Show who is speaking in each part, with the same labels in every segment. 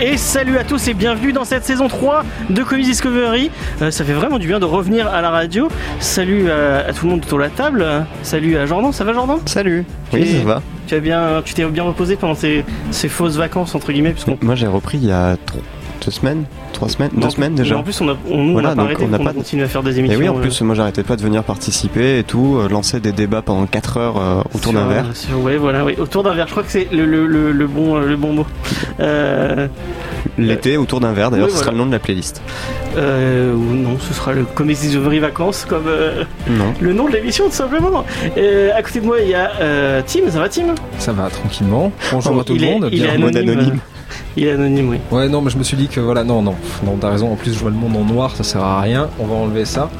Speaker 1: Et salut à tous et bienvenue dans cette saison 3 de Comics Discovery. Euh, ça fait vraiment du bien de revenir à la radio. Salut euh, à, à tout le monde autour de la table. Salut à Jordan, ça va Jordan
Speaker 2: Salut. Oui,
Speaker 1: Et
Speaker 2: ça va.
Speaker 1: Tu as bien, tu t'es bien reposé pendant ces, ces fausses vacances entre guillemets puisqu'on
Speaker 2: Moi, j'ai repris il y a trois- deux semaines, trois semaines,
Speaker 1: Mais en-
Speaker 2: deux semaines
Speaker 1: mais
Speaker 2: déjà.
Speaker 1: En plus, on a, on, nous,
Speaker 2: Voilà,
Speaker 1: on a pas
Speaker 2: donc
Speaker 1: arrêté,
Speaker 2: on
Speaker 1: on,
Speaker 2: n'a
Speaker 1: a
Speaker 2: pas de-
Speaker 1: continué à faire des émissions.
Speaker 2: Et oui, en
Speaker 1: euh,
Speaker 2: plus, moi, j'arrêtais pas de venir participer et tout, euh, lancer des débats pendant 4 heures euh, autour d'un
Speaker 1: sur-
Speaker 2: verre.
Speaker 1: sur- ouais, voilà, ouais, autour d'un verre. Je crois que c'est le, le, le, le bon, le bon mot. Euh,
Speaker 2: L'été, autour d'un verre, d'ailleurs,
Speaker 1: oui,
Speaker 2: ce sera
Speaker 1: voilà.
Speaker 2: le nom de la playlist.
Speaker 1: euh, ou non, ce sera le Comics Discovery Vacances comme euh,
Speaker 2: Non.
Speaker 1: le nom de l'émission tout simplement. Euh, à côté de moi, il y a euh, Tim. Ça va, Tim
Speaker 3: Ça va tranquillement. Bonjour à tout
Speaker 1: il
Speaker 3: le
Speaker 1: est-
Speaker 3: monde.
Speaker 1: Il est
Speaker 3: Bien-
Speaker 2: mode
Speaker 1: anonyme.
Speaker 2: anonyme.
Speaker 1: euh, il est anonyme, oui.
Speaker 3: Ouais, non, mais je me suis dit que voilà, non, non, non, t'as raison. En plus, je vois le monde en noir, ça sert à rien. On va enlever ça.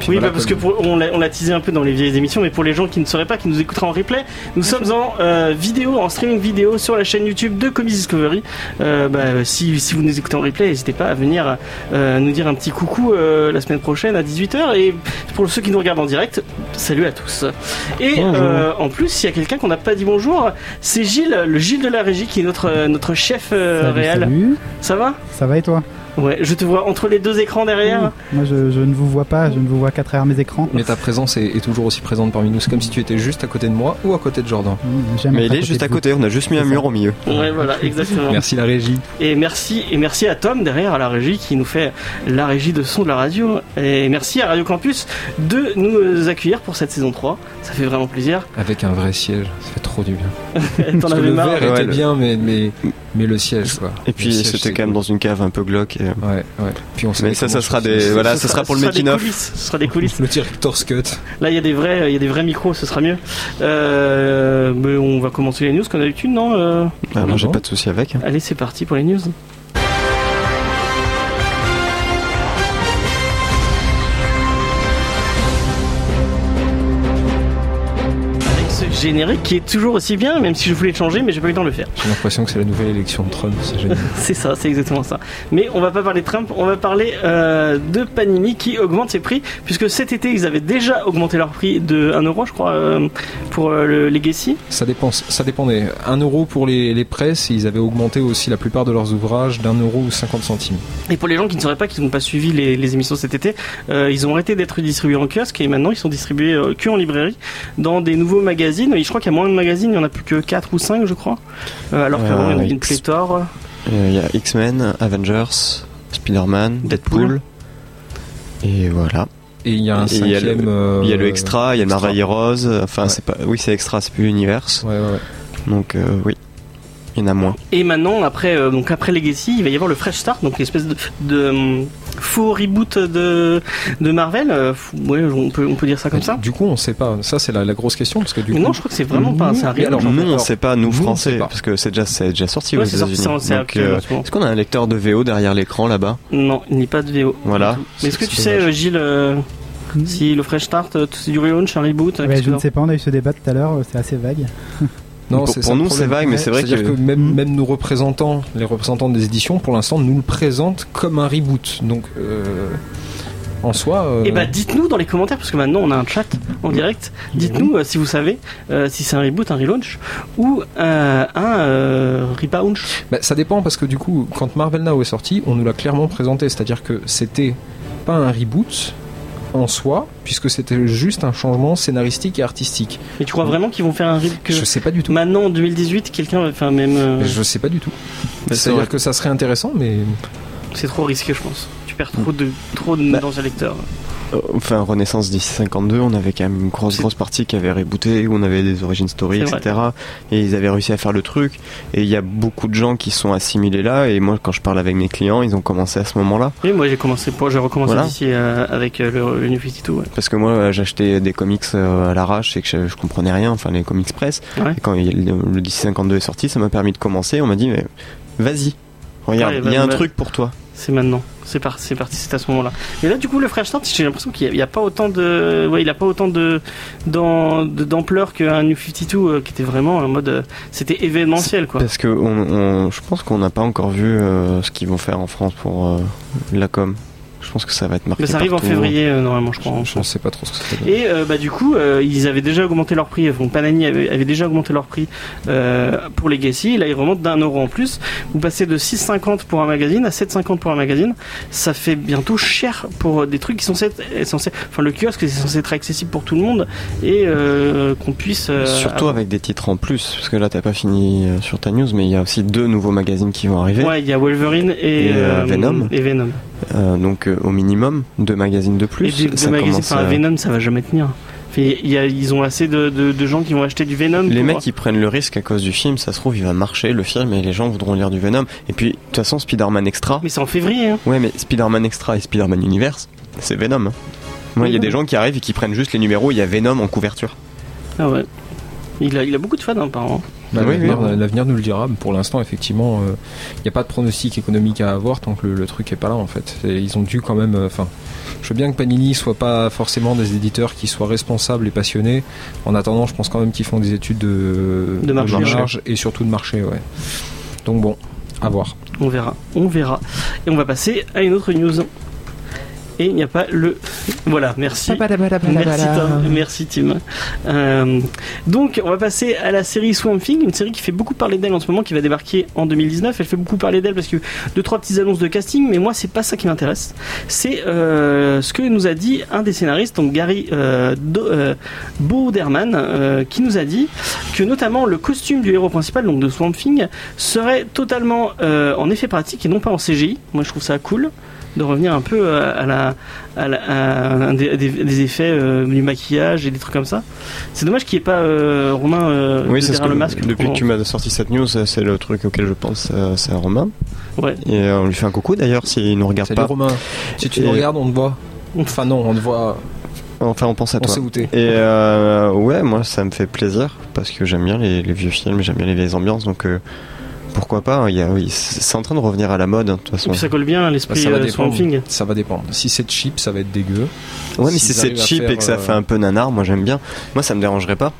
Speaker 3: Puis
Speaker 1: oui,
Speaker 3: voilà,
Speaker 1: bah, parce que
Speaker 3: comme-
Speaker 1: pour, on l'a on l'a teasé un peu dans les vieilles émissions, mais pour les gens qui ne sauraient pas, qui nous écouteraient en replay, nous sommes en euh, vidéo, en streaming vidéo sur la chaîne YouTube de Comics Discovery. Euh, bah, si, si vous nous écoutez en replay, n'hésitez pas à venir euh, nous dire un petit coucou euh, la semaine prochaine à 18h. Et pour ceux qui nous regardent en direct, salut à tous. Et
Speaker 2: Bonjour.
Speaker 1: euh, en plus, il y a quelqu'un qu'on n'a pas dit bonjour, c'est Gilles, le Gilles de la régie, qui est notre, euh, notre chef euh,
Speaker 4: Salut,
Speaker 1: réel.
Speaker 4: salut.
Speaker 1: Ça va
Speaker 4: Ça va et toi
Speaker 1: Ouais, je te vois entre les deux écrans derrière.
Speaker 4: Moi je, je ne vous vois pas, je ne vous vois qu'à travers mes écrans.
Speaker 3: Mais ta présence est, est toujours aussi présente parmi nous. C'est comme si tu étais juste à côté de moi ou à côté de Jordan.
Speaker 4: Mmh, j'aime
Speaker 2: Mais
Speaker 4: être
Speaker 2: il est juste
Speaker 4: de
Speaker 2: à
Speaker 4: vous.
Speaker 2: côté, on a juste mis un
Speaker 4: C'est
Speaker 2: mur au milieu.
Speaker 1: Ouais, voilà, exactement.
Speaker 3: Merci la régie.
Speaker 1: Et merci, et merci à Tom derrière à la régie qui nous fait la régie de son de la radio. Et merci à Radio Campus de nous accueillir pour cette saison 3. Ça fait vraiment plaisir.
Speaker 3: Avec un vrai siège, ça fait trop du bien.
Speaker 1: T'en
Speaker 3: Parce que
Speaker 1: avais
Speaker 3: le
Speaker 1: marre
Speaker 3: verre
Speaker 2: Ouais,
Speaker 3: était
Speaker 2: le-
Speaker 3: bien, mais, mais, mais le siège, quoi.
Speaker 2: Et
Speaker 3: Le
Speaker 2: puis,
Speaker 3: siège,
Speaker 2: c'était
Speaker 3: c'est
Speaker 2: quand même
Speaker 3: cool.
Speaker 2: dans une cave un peu glauque. et- euh,
Speaker 3: Ouais, ouais. Puis on
Speaker 2: Mais
Speaker 3: savait
Speaker 2: ça,
Speaker 3: comment
Speaker 2: ça sera
Speaker 3: se-
Speaker 2: des.
Speaker 3: se-
Speaker 2: Voilà, ça sera pour le
Speaker 1: ce des
Speaker 2: making-of.
Speaker 1: coulisses, Ce sera des coulisses.
Speaker 3: Le director's cut.
Speaker 1: Là, il y a des vrais, il y a des vrais micros, ce sera mieux. Euh, mais on va commencer les news comme d'habitude, non Euh,
Speaker 2: Ah, moi, j'ai
Speaker 3: Bonjour.
Speaker 2: pas de souci avec.
Speaker 1: Allez, c'est parti pour les news. Avec ce générique qui est toujours aussi bien même si je voulais le changer mais j'ai pas eu le temps de le faire
Speaker 3: J'ai l'impression que c'est la nouvelle élection de Trump, c'est génial.
Speaker 1: c'est ça c'est exactement ça mais on va pas parler de Trump on va parler euh, de Panini qui augmente ses prix puisque cet été ils avaient déjà augmenté leur prix de 1 euro je crois euh, pour euh, le Legacy
Speaker 3: Ça, dépend, ça dépendait. 1 euro pour les, les presses, et ils avaient augmenté aussi la plupart de leurs ouvrages d'un euro ou 50 centimes.
Speaker 1: Et pour les gens qui ne sauraient pas, qui n'ont pas suivi les, les émissions cet été, euh, ils ont arrêté d'être distribués en kiosque et maintenant ils sont distribués euh, que en librairie dans des nouveaux magazines. Et je crois qu'il y a moins de magazines, il n'y en a plus que 4 ou 5 je crois. Euh, alors qu'avant
Speaker 2: Euh,
Speaker 1: il y en avait une
Speaker 2: X.
Speaker 1: pléthore.
Speaker 2: Euh, Il y a X-Men, Avengers, Spider-Man,
Speaker 1: Deadpool.
Speaker 2: Deadpool. Et voilà.
Speaker 3: Et il y a un
Speaker 2: Et il y a le-
Speaker 3: cinquième. euh,
Speaker 2: Il y a le extra, il y a le
Speaker 3: extra.
Speaker 2: Marvel Heroes. Enfin,
Speaker 3: Ouais.
Speaker 2: c'est pas. Oui, c'est extra, c'est plus l'univers.
Speaker 3: Ouais, ouais, ouais.
Speaker 2: Donc, euh, oui. Il y en a moins.
Speaker 1: Et maintenant après euh, donc après Legacy, il va y avoir le Fresh Start, donc l'espèce de, de, hum, faux reboot de, de Marvel. Euh, fou- ouais, on peut on peut dire ça comme
Speaker 3: Mais
Speaker 1: ça.
Speaker 3: Du coup, on sait pas. Ça, c'est la, la grosse question parce que du
Speaker 1: Mais
Speaker 3: coup,
Speaker 1: non, je crois que c'est vraiment pas c'est un
Speaker 3: Mais
Speaker 1: reboot.
Speaker 3: alors,
Speaker 1: en fait.
Speaker 2: Nous, on
Speaker 3: alors,
Speaker 2: sait pas, nous,
Speaker 3: nous, on
Speaker 2: français,
Speaker 3: sait pas.
Speaker 2: parce que c'est déjà, c'est déjà sorti
Speaker 1: Ouais,
Speaker 2: aux
Speaker 1: c'est sorti,
Speaker 2: États-Unis.
Speaker 1: c'est
Speaker 2: Donc,
Speaker 1: actuel
Speaker 2: euh,
Speaker 1: en ce moment.
Speaker 2: Est-ce qu'on a un lecteur de VO derrière l'écran là-bas
Speaker 1: Non, il n'y a pas de VO.
Speaker 2: Voilà.
Speaker 1: Mais est-ce que
Speaker 3: euh,
Speaker 1: tu
Speaker 3: C'est- c'est
Speaker 1: sais
Speaker 3: dommage.
Speaker 1: euh, Gilles euh, si le Fresh Start euh, c'est du relaunch, un reboot euh,
Speaker 4: Ouais,
Speaker 1: qu'est-ce
Speaker 4: Hmm. je
Speaker 1: que
Speaker 4: ne sais pas, on a eu ce débat tout à l'heure, euh, c'est assez vague.
Speaker 3: Non,
Speaker 2: Pour-
Speaker 3: c'est
Speaker 2: pour
Speaker 3: ça le
Speaker 2: nous,
Speaker 3: problème.
Speaker 2: c'est vague, mais c'est vrai
Speaker 3: C'est-à-dire
Speaker 2: que- Hmm.
Speaker 3: même,
Speaker 4: Mm.
Speaker 3: même nos représentants, les représentants des éditions, pour l'instant, nous le présentent comme un reboot. Donc, euh, en soi. euh,
Speaker 1: Et bah dites-nous dans les commentaires parce que maintenant on a un chat en direct. Dites-nous euh, si vous savez euh, si c'est un reboot, un relaunch ou euh, un euh, rebounch.
Speaker 3: bah, ça dépend parce que du coup, quand Marvel Now est sorti, on nous l'a clairement présenté. C'est-à-dire que c'était pas un reboot en soi, puisque c'était juste un changement scénaristique et artistique.
Speaker 1: Mais tu crois vraiment qu'ils vont faire un reboot que
Speaker 3: Je sais pas du tout.
Speaker 1: maintenant en 2018 quelqu'un va faire même euh,
Speaker 3: Mais Je sais pas du tout.
Speaker 2: Mais c'est vrai.
Speaker 3: C'est-à-dire que ça serait intéressant, mais
Speaker 1: c'est trop risqué je pense. Tu perds trop de trop de
Speaker 2: Bah.
Speaker 1: dans un lecteur.
Speaker 2: Euh, Enfin, Renaissance 1052, on avait quand même une grosse, grosse partie qui avait rebooté, où on avait des origines story,
Speaker 1: C'est vrai.
Speaker 2: etc. Et ils avaient réussi à faire le truc. Et il y a beaucoup de gens qui sont assimilés là. Et moi, quand je parle avec mes clients, ils ont commencé à ce moment-là.
Speaker 1: Et moi j'ai commencé pour j'ai recommencé
Speaker 2: Voilà.
Speaker 1: d'ici euh, avec euh, le, le New 52 ouais.
Speaker 2: Parce que moi, euh, j'achetais des comics euh, à l'arrache et que je, je comprenais rien, enfin les comics presse.
Speaker 1: Ouais.
Speaker 2: Et quand il y a le, le 1052 est sorti, ça m'a permis de commencer. On m'a dit, mais vas-y, regarde,
Speaker 1: Ouais,
Speaker 2: il y a
Speaker 1: bah,
Speaker 2: un
Speaker 1: bah,
Speaker 2: truc pour toi.
Speaker 1: C'est maintenant. C'est par- c'est parti, c'est à ce moment-là. Mais là, du coup, le Fresh Start, j'ai l'impression qu'il n'y a, pas autant de, ouais, il a pas autant de d'en- de- d'ampleur qu'un New 52 euh, qui était vraiment en mode, euh, c'était événementiel quoi.
Speaker 2: Parce que on, on- je pense qu'on n'a pas encore vu euh, ce qu'ils vont faire en France pour euh, la com. Je pense que ça va être marqué.
Speaker 1: Mais Bah, ça arrive en
Speaker 2: partout. hein.
Speaker 1: février euh, normalement, je
Speaker 3: Je
Speaker 1: crois. en
Speaker 3: ne sais pas trop ce que c'était.
Speaker 1: Et euh, bah du coup, euh, ils avaient déjà augmenté leur prix. Enfin, Panini avait, avait déjà augmenté leur prix euh, pour Legacy. Là, ils remontent d'un euro en plus. Vous passez de 6,50 pour un magazine à 7,50 pour un magazine. Ça fait bientôt cher pour euh, des trucs qui sont censés, être- censés- enfin le kiosque c'est censé être accessible pour tout le monde et euh, qu'on puisse euh,
Speaker 2: Surtout
Speaker 1: avoir-
Speaker 2: avec des titres en plus, parce que là t'as pas fini euh, sur ta news, mais il y a aussi deux nouveaux magazines qui vont arriver.
Speaker 1: Ouais, il y a Wolverine et,
Speaker 2: Et, euh, Venom.
Speaker 1: Et Venom.
Speaker 2: Euh, donc euh, au minimum deux magazines de plus.
Speaker 1: et des- des
Speaker 2: Ça
Speaker 1: magazines,
Speaker 2: commence
Speaker 1: enfin,
Speaker 2: à-
Speaker 1: Venom, ça va jamais tenir. Enfin, il y a- ils ont assez de, de- de gens qui vont acheter du Venom.
Speaker 2: Les
Speaker 1: pour-
Speaker 2: mecs ils prennent le risque à cause du film, ça se trouve il va marcher le film et les gens voudront lire du Venom. Et puis de toute façon Spider-Man Extra,
Speaker 1: Mais c'est en février. Hein.
Speaker 2: ouais mais Spider-Man Extra et Spider-Man Universe, c'est Venom. hein. Moi il y a
Speaker 1: Venom.
Speaker 2: des gens qui arrivent et qui prennent juste les numéros, il y a Venom en couverture.
Speaker 1: Ah ouais. Il a, il a beaucoup de fans, hein, par an.
Speaker 3: Bah,
Speaker 2: Oui,
Speaker 3: l'avenir,
Speaker 2: oui.
Speaker 3: l'avenir nous le dira. Mais Pour l'instant, effectivement, il n'y a pas de pronostic économique à avoir tant que le, le truc est pas là, en fait. Et ils ont dû quand même. euh, Enfin, je veux bien que Panini soit pas forcément des éditeurs qui soient responsables et passionnés. En attendant, je pense quand même qu'ils font des études de,
Speaker 1: De marché.
Speaker 3: et surtout de marché, ouais. Donc bon, à voir.
Speaker 1: On verra, on verra. Et on va passer à une autre news. Et il n'y a pas le. Voilà,
Speaker 4: Ah,
Speaker 1: merci.
Speaker 4: bah,
Speaker 1: Merci Tom, merci Tim. Euh, donc on va passer à la série Swamp Thing, une série qui fait beaucoup parler d'elle en ce moment, qui va débarquer en 2019. Elle fait beaucoup parler d'elle parce que deux trois petites annonces de casting, mais moi c'est pas ça qui m'intéresse. C'est euh, ce que nous a dit un des scénaristes, donc Gary euh, Do- euh, Boderman, euh, qui nous a dit que notamment le costume du héros principal, donc de Swamp Thing, serait totalement euh, en effet pratique et non pas en CGI. Moi je trouve ça cool de revenir un peu euh, à la à, la- à un des, des- des effets euh, du maquillage et des trucs comme ça. C'est dommage qu'il n'y ait pas euh, Romain euh, de
Speaker 2: c'est
Speaker 1: derrière le masque.
Speaker 2: depuis
Speaker 1: pour-
Speaker 2: que tu m'as sorti cette news, euh, c'est le truc auquel je pense, euh, c'est à Romain.
Speaker 1: Ouais.
Speaker 2: Et euh, on lui fait un coucou d'ailleurs s'il nous regarde
Speaker 3: Salut
Speaker 2: pas.
Speaker 3: Romain. Si tu
Speaker 2: Et-
Speaker 3: nous regardes, on te voit. Enfin non, on te voit.
Speaker 2: Enfin on pense à
Speaker 3: on
Speaker 2: toi.
Speaker 3: sait où t'es.
Speaker 2: Et euh, ouais, moi ça me fait plaisir parce que j'aime bien les, les vieux films, j'aime bien les vieilles ambiances, donc euh, pourquoi pas. hein, il y a- oui, c'est c'est en train de revenir à la mode hein, de toute
Speaker 1: Et
Speaker 2: façon.
Speaker 1: puis ça colle bien à
Speaker 3: Bah,
Speaker 1: l'esprit
Speaker 3: ça va
Speaker 1: euh, Swamp
Speaker 3: dépendre.
Speaker 1: Thing.
Speaker 3: Ça va dépendre. Si c'est cheap, ça va être dégueu.
Speaker 2: Ouais, mais si
Speaker 3: s'ils
Speaker 2: c'est
Speaker 3: arrivent à
Speaker 2: cheap et
Speaker 3: faire,
Speaker 2: que ça
Speaker 3: euh,
Speaker 2: fait un peu nanar, moi j'aime bien. Moi ça me dérangerait pas.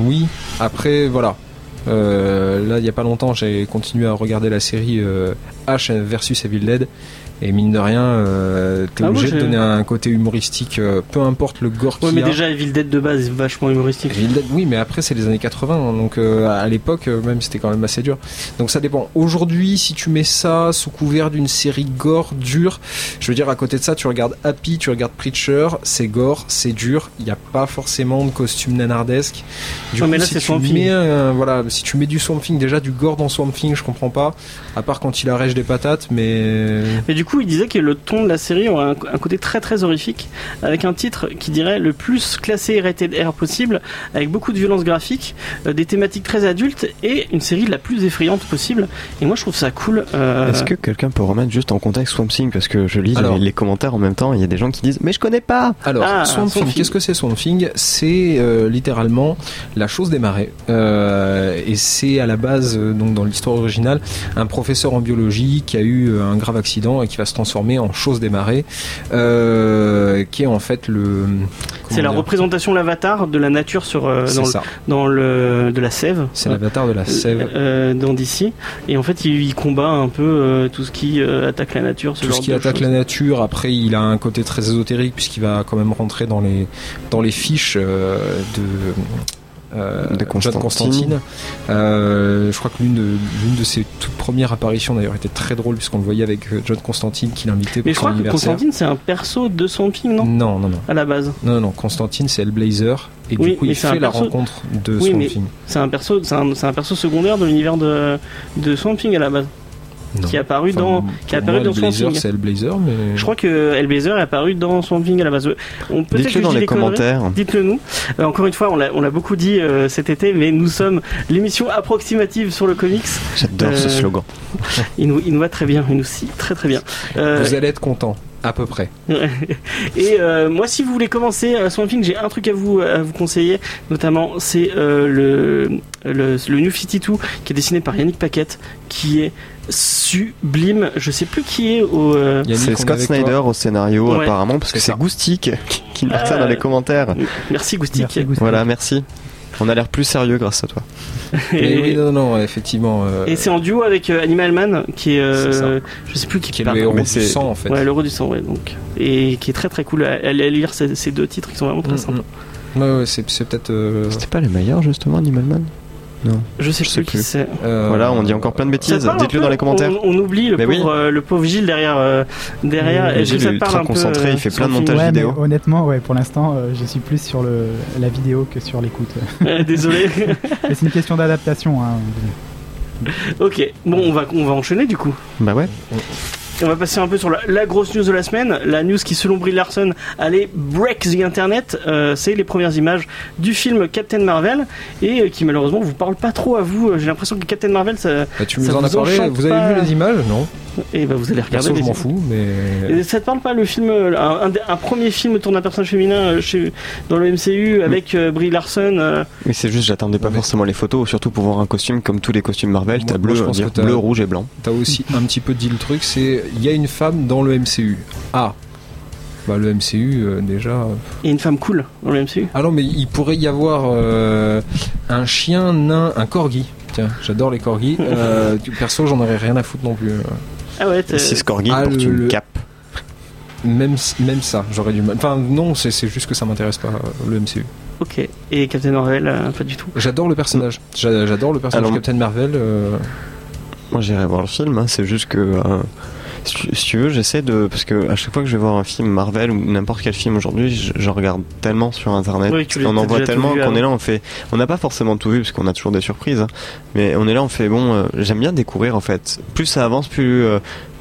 Speaker 3: Oui, après voilà. Euh, là, il n'y a pas longtemps, j'ai continué à regarder la série euh, H versus Evil Dead. Et mine de rien, euh, t'es
Speaker 1: Ah,
Speaker 3: obligé
Speaker 1: moi,
Speaker 3: de
Speaker 1: j'ai-
Speaker 3: donner un côté humoristique, euh, peu importe le gore
Speaker 1: Ouais,
Speaker 3: qu'il
Speaker 1: mais
Speaker 3: y
Speaker 2: hein.
Speaker 3: a.
Speaker 1: déjà Evil Dead de base est vachement humoristique.
Speaker 3: Evil Dead, oui, mais après, c'est les années 80, hein, donc euh, à l'époque, euh, même, c'était quand même assez dur. Donc ça dépend. Aujourd'hui, si tu mets ça sous couvert d'une série gore dure, je veux dire, à côté de ça, tu regardes Happy, tu regardes Preacher, c'est gore, c'est dur, il n'y a pas forcément de costume nanardesque. Du
Speaker 1: Non, mais là,
Speaker 3: si
Speaker 1: c'est
Speaker 3: tu
Speaker 1: Swamp Thing.
Speaker 3: mets, euh, voilà, si tu mets du Swamp Thing, déjà du gore dans Swamp Thing, je comprends pas, à part quand il arrache des patates, mais...
Speaker 1: Mais du coup, il disait que le ton de la série aurait un, un côté très très horrifique, avec un titre qui dirait le plus classé rated R possible, avec beaucoup de violence graphique, euh, des thématiques très adultes et une série la plus effrayante possible. Et moi, je trouve ça cool. euh,
Speaker 2: Est-ce que quelqu'un peut remettre juste en contexte Swamp Thing Parce que je lis les-
Speaker 3: Ah, Alors.
Speaker 2: les, commentaires en même temps, il y a des gens qui disent Mais je connais pas
Speaker 3: Alors,
Speaker 1: Ah,
Speaker 3: Swamp
Speaker 1: Swamp
Speaker 3: Thing,
Speaker 1: Thing.
Speaker 3: qu'est-ce que c'est Swamp Thing C'est euh, littéralement la chose des marais. Euh, et c'est à la base, euh, donc dans l'histoire originale, un professeur en biologie qui a eu euh, un grave accident et qui va se transformer en chose des marais, euh, qui est en fait le.
Speaker 1: C'est la
Speaker 3: comment dire
Speaker 1: représentation l'avatar de la nature sur euh, dans,
Speaker 3: C'est
Speaker 1: le,
Speaker 3: ça.
Speaker 1: dans le de la sève.
Speaker 3: C'est l'avatar de la sève.
Speaker 1: Euh, dans d'ici et en fait il, il combat un peu euh, tout ce qui euh, attaque la nature ce
Speaker 3: tout ce
Speaker 1: genre
Speaker 3: qui
Speaker 1: de
Speaker 3: attaque
Speaker 1: choses.
Speaker 3: la nature. Après, il a un côté très ésotérique puisqu'il va quand même rentrer dans les dans les fiches euh, de euh,
Speaker 2: De Constantine.
Speaker 3: John Constantine. Euh, je crois que l'une de l'une de ses toutes premières apparitions d'ailleurs était très drôle puisqu'on le voyait avec euh, John Constantine qui l'invitait
Speaker 1: mais
Speaker 3: pour
Speaker 1: je
Speaker 3: son
Speaker 1: crois que
Speaker 3: anniversaire.
Speaker 1: Constantine c'est un perso de Swamp Thing non
Speaker 3: non, non, non,
Speaker 1: à la base
Speaker 3: non, non. Constantine, c'est Hellblazer et
Speaker 1: Oui,
Speaker 3: du coup
Speaker 1: mais
Speaker 3: il
Speaker 1: c'est un
Speaker 3: fait la
Speaker 1: perso-
Speaker 3: rencontre de
Speaker 1: Oui,
Speaker 3: Swamp
Speaker 1: mais-
Speaker 3: Thing.
Speaker 1: c'est un perso c'est un, c'est un perso secondaire de l'univers de de Swamp Thing à la base
Speaker 3: Non.
Speaker 1: qui est apparu
Speaker 3: Enfin,
Speaker 1: dans qui est
Speaker 3: pour
Speaker 1: apparu
Speaker 3: moi,
Speaker 1: dans Swamp
Speaker 3: Hellblazer,
Speaker 1: Thing
Speaker 3: c'est Hellblazer, mais
Speaker 1: je crois que Hellblazer est apparu dans Swamp Thing à la base Euh, on peut
Speaker 2: Dites-le dans les commentaires.
Speaker 1: Dites-le nous. Euh, encore une fois, on l'a on l'a beaucoup dit euh, cet été, mais nous sommes l'émission approximative sur le comics.
Speaker 2: J'adore ce
Speaker 1: Euh,
Speaker 2: slogan.
Speaker 1: Il nous, il nous va très bien, il nous scie très très bien. Euh,
Speaker 3: vous allez être content à peu près.
Speaker 1: Ouais. Et euh, moi, si vous voulez commencer euh, Swamp Thing, j'ai un truc à vous à vous conseiller, notamment c'est euh, le, le le New 52 qui est dessiné par Yannick Paquette, qui est sublime. Je sais plus qui est au. euh,
Speaker 3: Yannick, on
Speaker 2: C'est
Speaker 3: est
Speaker 2: Scott
Speaker 3: avec toi.
Speaker 2: Snyder au scénario
Speaker 1: Ouais.
Speaker 2: apparemment parce que
Speaker 3: C'est
Speaker 2: c'est
Speaker 3: ça.
Speaker 2: Goustic qui marque ça
Speaker 1: Ah.
Speaker 2: dans les commentaires.
Speaker 1: Merci Goustic.
Speaker 4: Merci, Goustic.
Speaker 2: Voilà, merci. On a l'air plus sérieux grâce à toi.
Speaker 3: Mais oui,
Speaker 1: Et,
Speaker 3: non, non, effectivement. euh,
Speaker 1: et c'est en duo avec euh, Animal Man qui est. euh,
Speaker 3: C'est
Speaker 1: je sais plus qui,
Speaker 3: qui est
Speaker 1: parle.
Speaker 3: le héros
Speaker 2: mais
Speaker 3: du
Speaker 2: c'est-
Speaker 3: sang en fait.
Speaker 1: Ouais, l'euro du sang, ouais, donc. Et qui est très très cool. Allez lire ces, ces deux titres qui sont vraiment très
Speaker 3: Mm,
Speaker 1: sympas.
Speaker 3: mm. Ouais, ouais, c'est c'est peut-être. euh,
Speaker 2: C'était pas le meilleur justement, Animal Man
Speaker 1: Je sais
Speaker 2: Je sais
Speaker 1: plus qui
Speaker 2: plus.
Speaker 1: c'est.
Speaker 3: euh,
Speaker 2: Voilà, on dit encore plein de
Speaker 1: Ça
Speaker 2: bêtises.
Speaker 1: parle un
Speaker 2: Dites-le
Speaker 1: peu,
Speaker 2: dans les commentaires.
Speaker 1: On, on oublie le
Speaker 2: Mais oui.
Speaker 1: pauvre, euh, le pauvre Gilles derrière. euh, derrière.
Speaker 2: Mmh,
Speaker 1: Est-ce que
Speaker 2: Gilles
Speaker 1: ça
Speaker 2: est
Speaker 1: parle
Speaker 2: ultra
Speaker 1: un peu,
Speaker 2: concentré,
Speaker 1: euh,
Speaker 2: il fait
Speaker 1: son
Speaker 2: plein de
Speaker 1: film
Speaker 2: montages
Speaker 4: Ouais, mais
Speaker 2: vidéo.
Speaker 4: honnêtement, ouais, pour l'instant, euh, je suis plus sur le, la vidéo que sur l'écoute.
Speaker 1: Euh, Désolé.
Speaker 4: mais c'est une question d'adaptation. Hein.
Speaker 1: ok, bon, on va, on va enchaîner du coup.
Speaker 2: Bah ouais.
Speaker 1: On va passer un peu sur la, la grosse news de la semaine, la news qui, selon Brie Larson, allait break the internet. Euh, c'est les premières images du film Captain Marvel et euh, qui, malheureusement, vous parle pas trop à vous. Euh, J'ai l'impression que Captain Marvel, ça.
Speaker 3: bah, tu
Speaker 1: ça
Speaker 3: nous en as
Speaker 1: vous
Speaker 3: parlé.
Speaker 1: enchante
Speaker 3: Vous avez
Speaker 1: pas
Speaker 3: vu les images Non.
Speaker 1: Et bah, vous allez regarder.
Speaker 3: Perso,
Speaker 1: les-
Speaker 3: je m'en fous, mais.
Speaker 1: Et ça te parle pas le film, euh, un, un des- un premier film autour d'un personnage féminin euh, chez, dans le MCU avec euh, Brie Larson euh,
Speaker 2: Mais c'est juste, j'attendais pas
Speaker 3: Mais-
Speaker 2: forcément les photos, surtout pour voir un costume comme tous les costumes Marvel.
Speaker 3: Moi-
Speaker 2: T'as
Speaker 3: moi,
Speaker 2: bleu,
Speaker 3: je pense
Speaker 2: dire
Speaker 3: que t'as-
Speaker 2: bleu, rouge et blanc.
Speaker 3: T'as aussi un petit peu dit le truc, c'est il y a une femme dans le MCU. Ah bah le MCU euh, déjà. euh.
Speaker 1: et une femme cool dans le MCU.
Speaker 3: Ah non mais il pourrait y avoir euh, un chien nain, un corgi. Tiens, j'adore les corgis. Euh, tu- perso, j'en aurais rien à foutre non plus. euh.
Speaker 1: Ah ouais, t'es-
Speaker 2: Et c'est Scorgi
Speaker 3: ah,
Speaker 2: porte
Speaker 3: le-
Speaker 2: une
Speaker 3: le-
Speaker 2: cape.
Speaker 3: Même même ça, j'aurais du mal. Enfin non, c'est c'est juste que ça m'intéresse pas euh, le MCU.
Speaker 1: ok. Et Captain Marvel, euh, pas du tout.
Speaker 3: J'adore le personnage. J'a- J'adore le personnage
Speaker 2: Alors-
Speaker 3: Captain Marvel. euh,
Speaker 2: Moi j'irai voir le film, hein, c'est juste que. euh, si tu- si tu veux, j'essaie de. Parce que à chaque fois que je vais voir un film Marvel ou n'importe quel film aujourd'hui, je- j'en regarde tellement sur internet.
Speaker 1: Oui, tu l'as-
Speaker 2: on en
Speaker 1: t'as
Speaker 2: voit
Speaker 1: déjà tout
Speaker 2: tellement
Speaker 1: vu
Speaker 2: qu'on
Speaker 1: avant.
Speaker 2: est là, on fait. On n'a pas forcément tout vu parce qu'on a toujours des surprises. hein, mais on est là, on fait bon. euh, J'aime bien découvrir en fait. Plus ça avance, plus euh,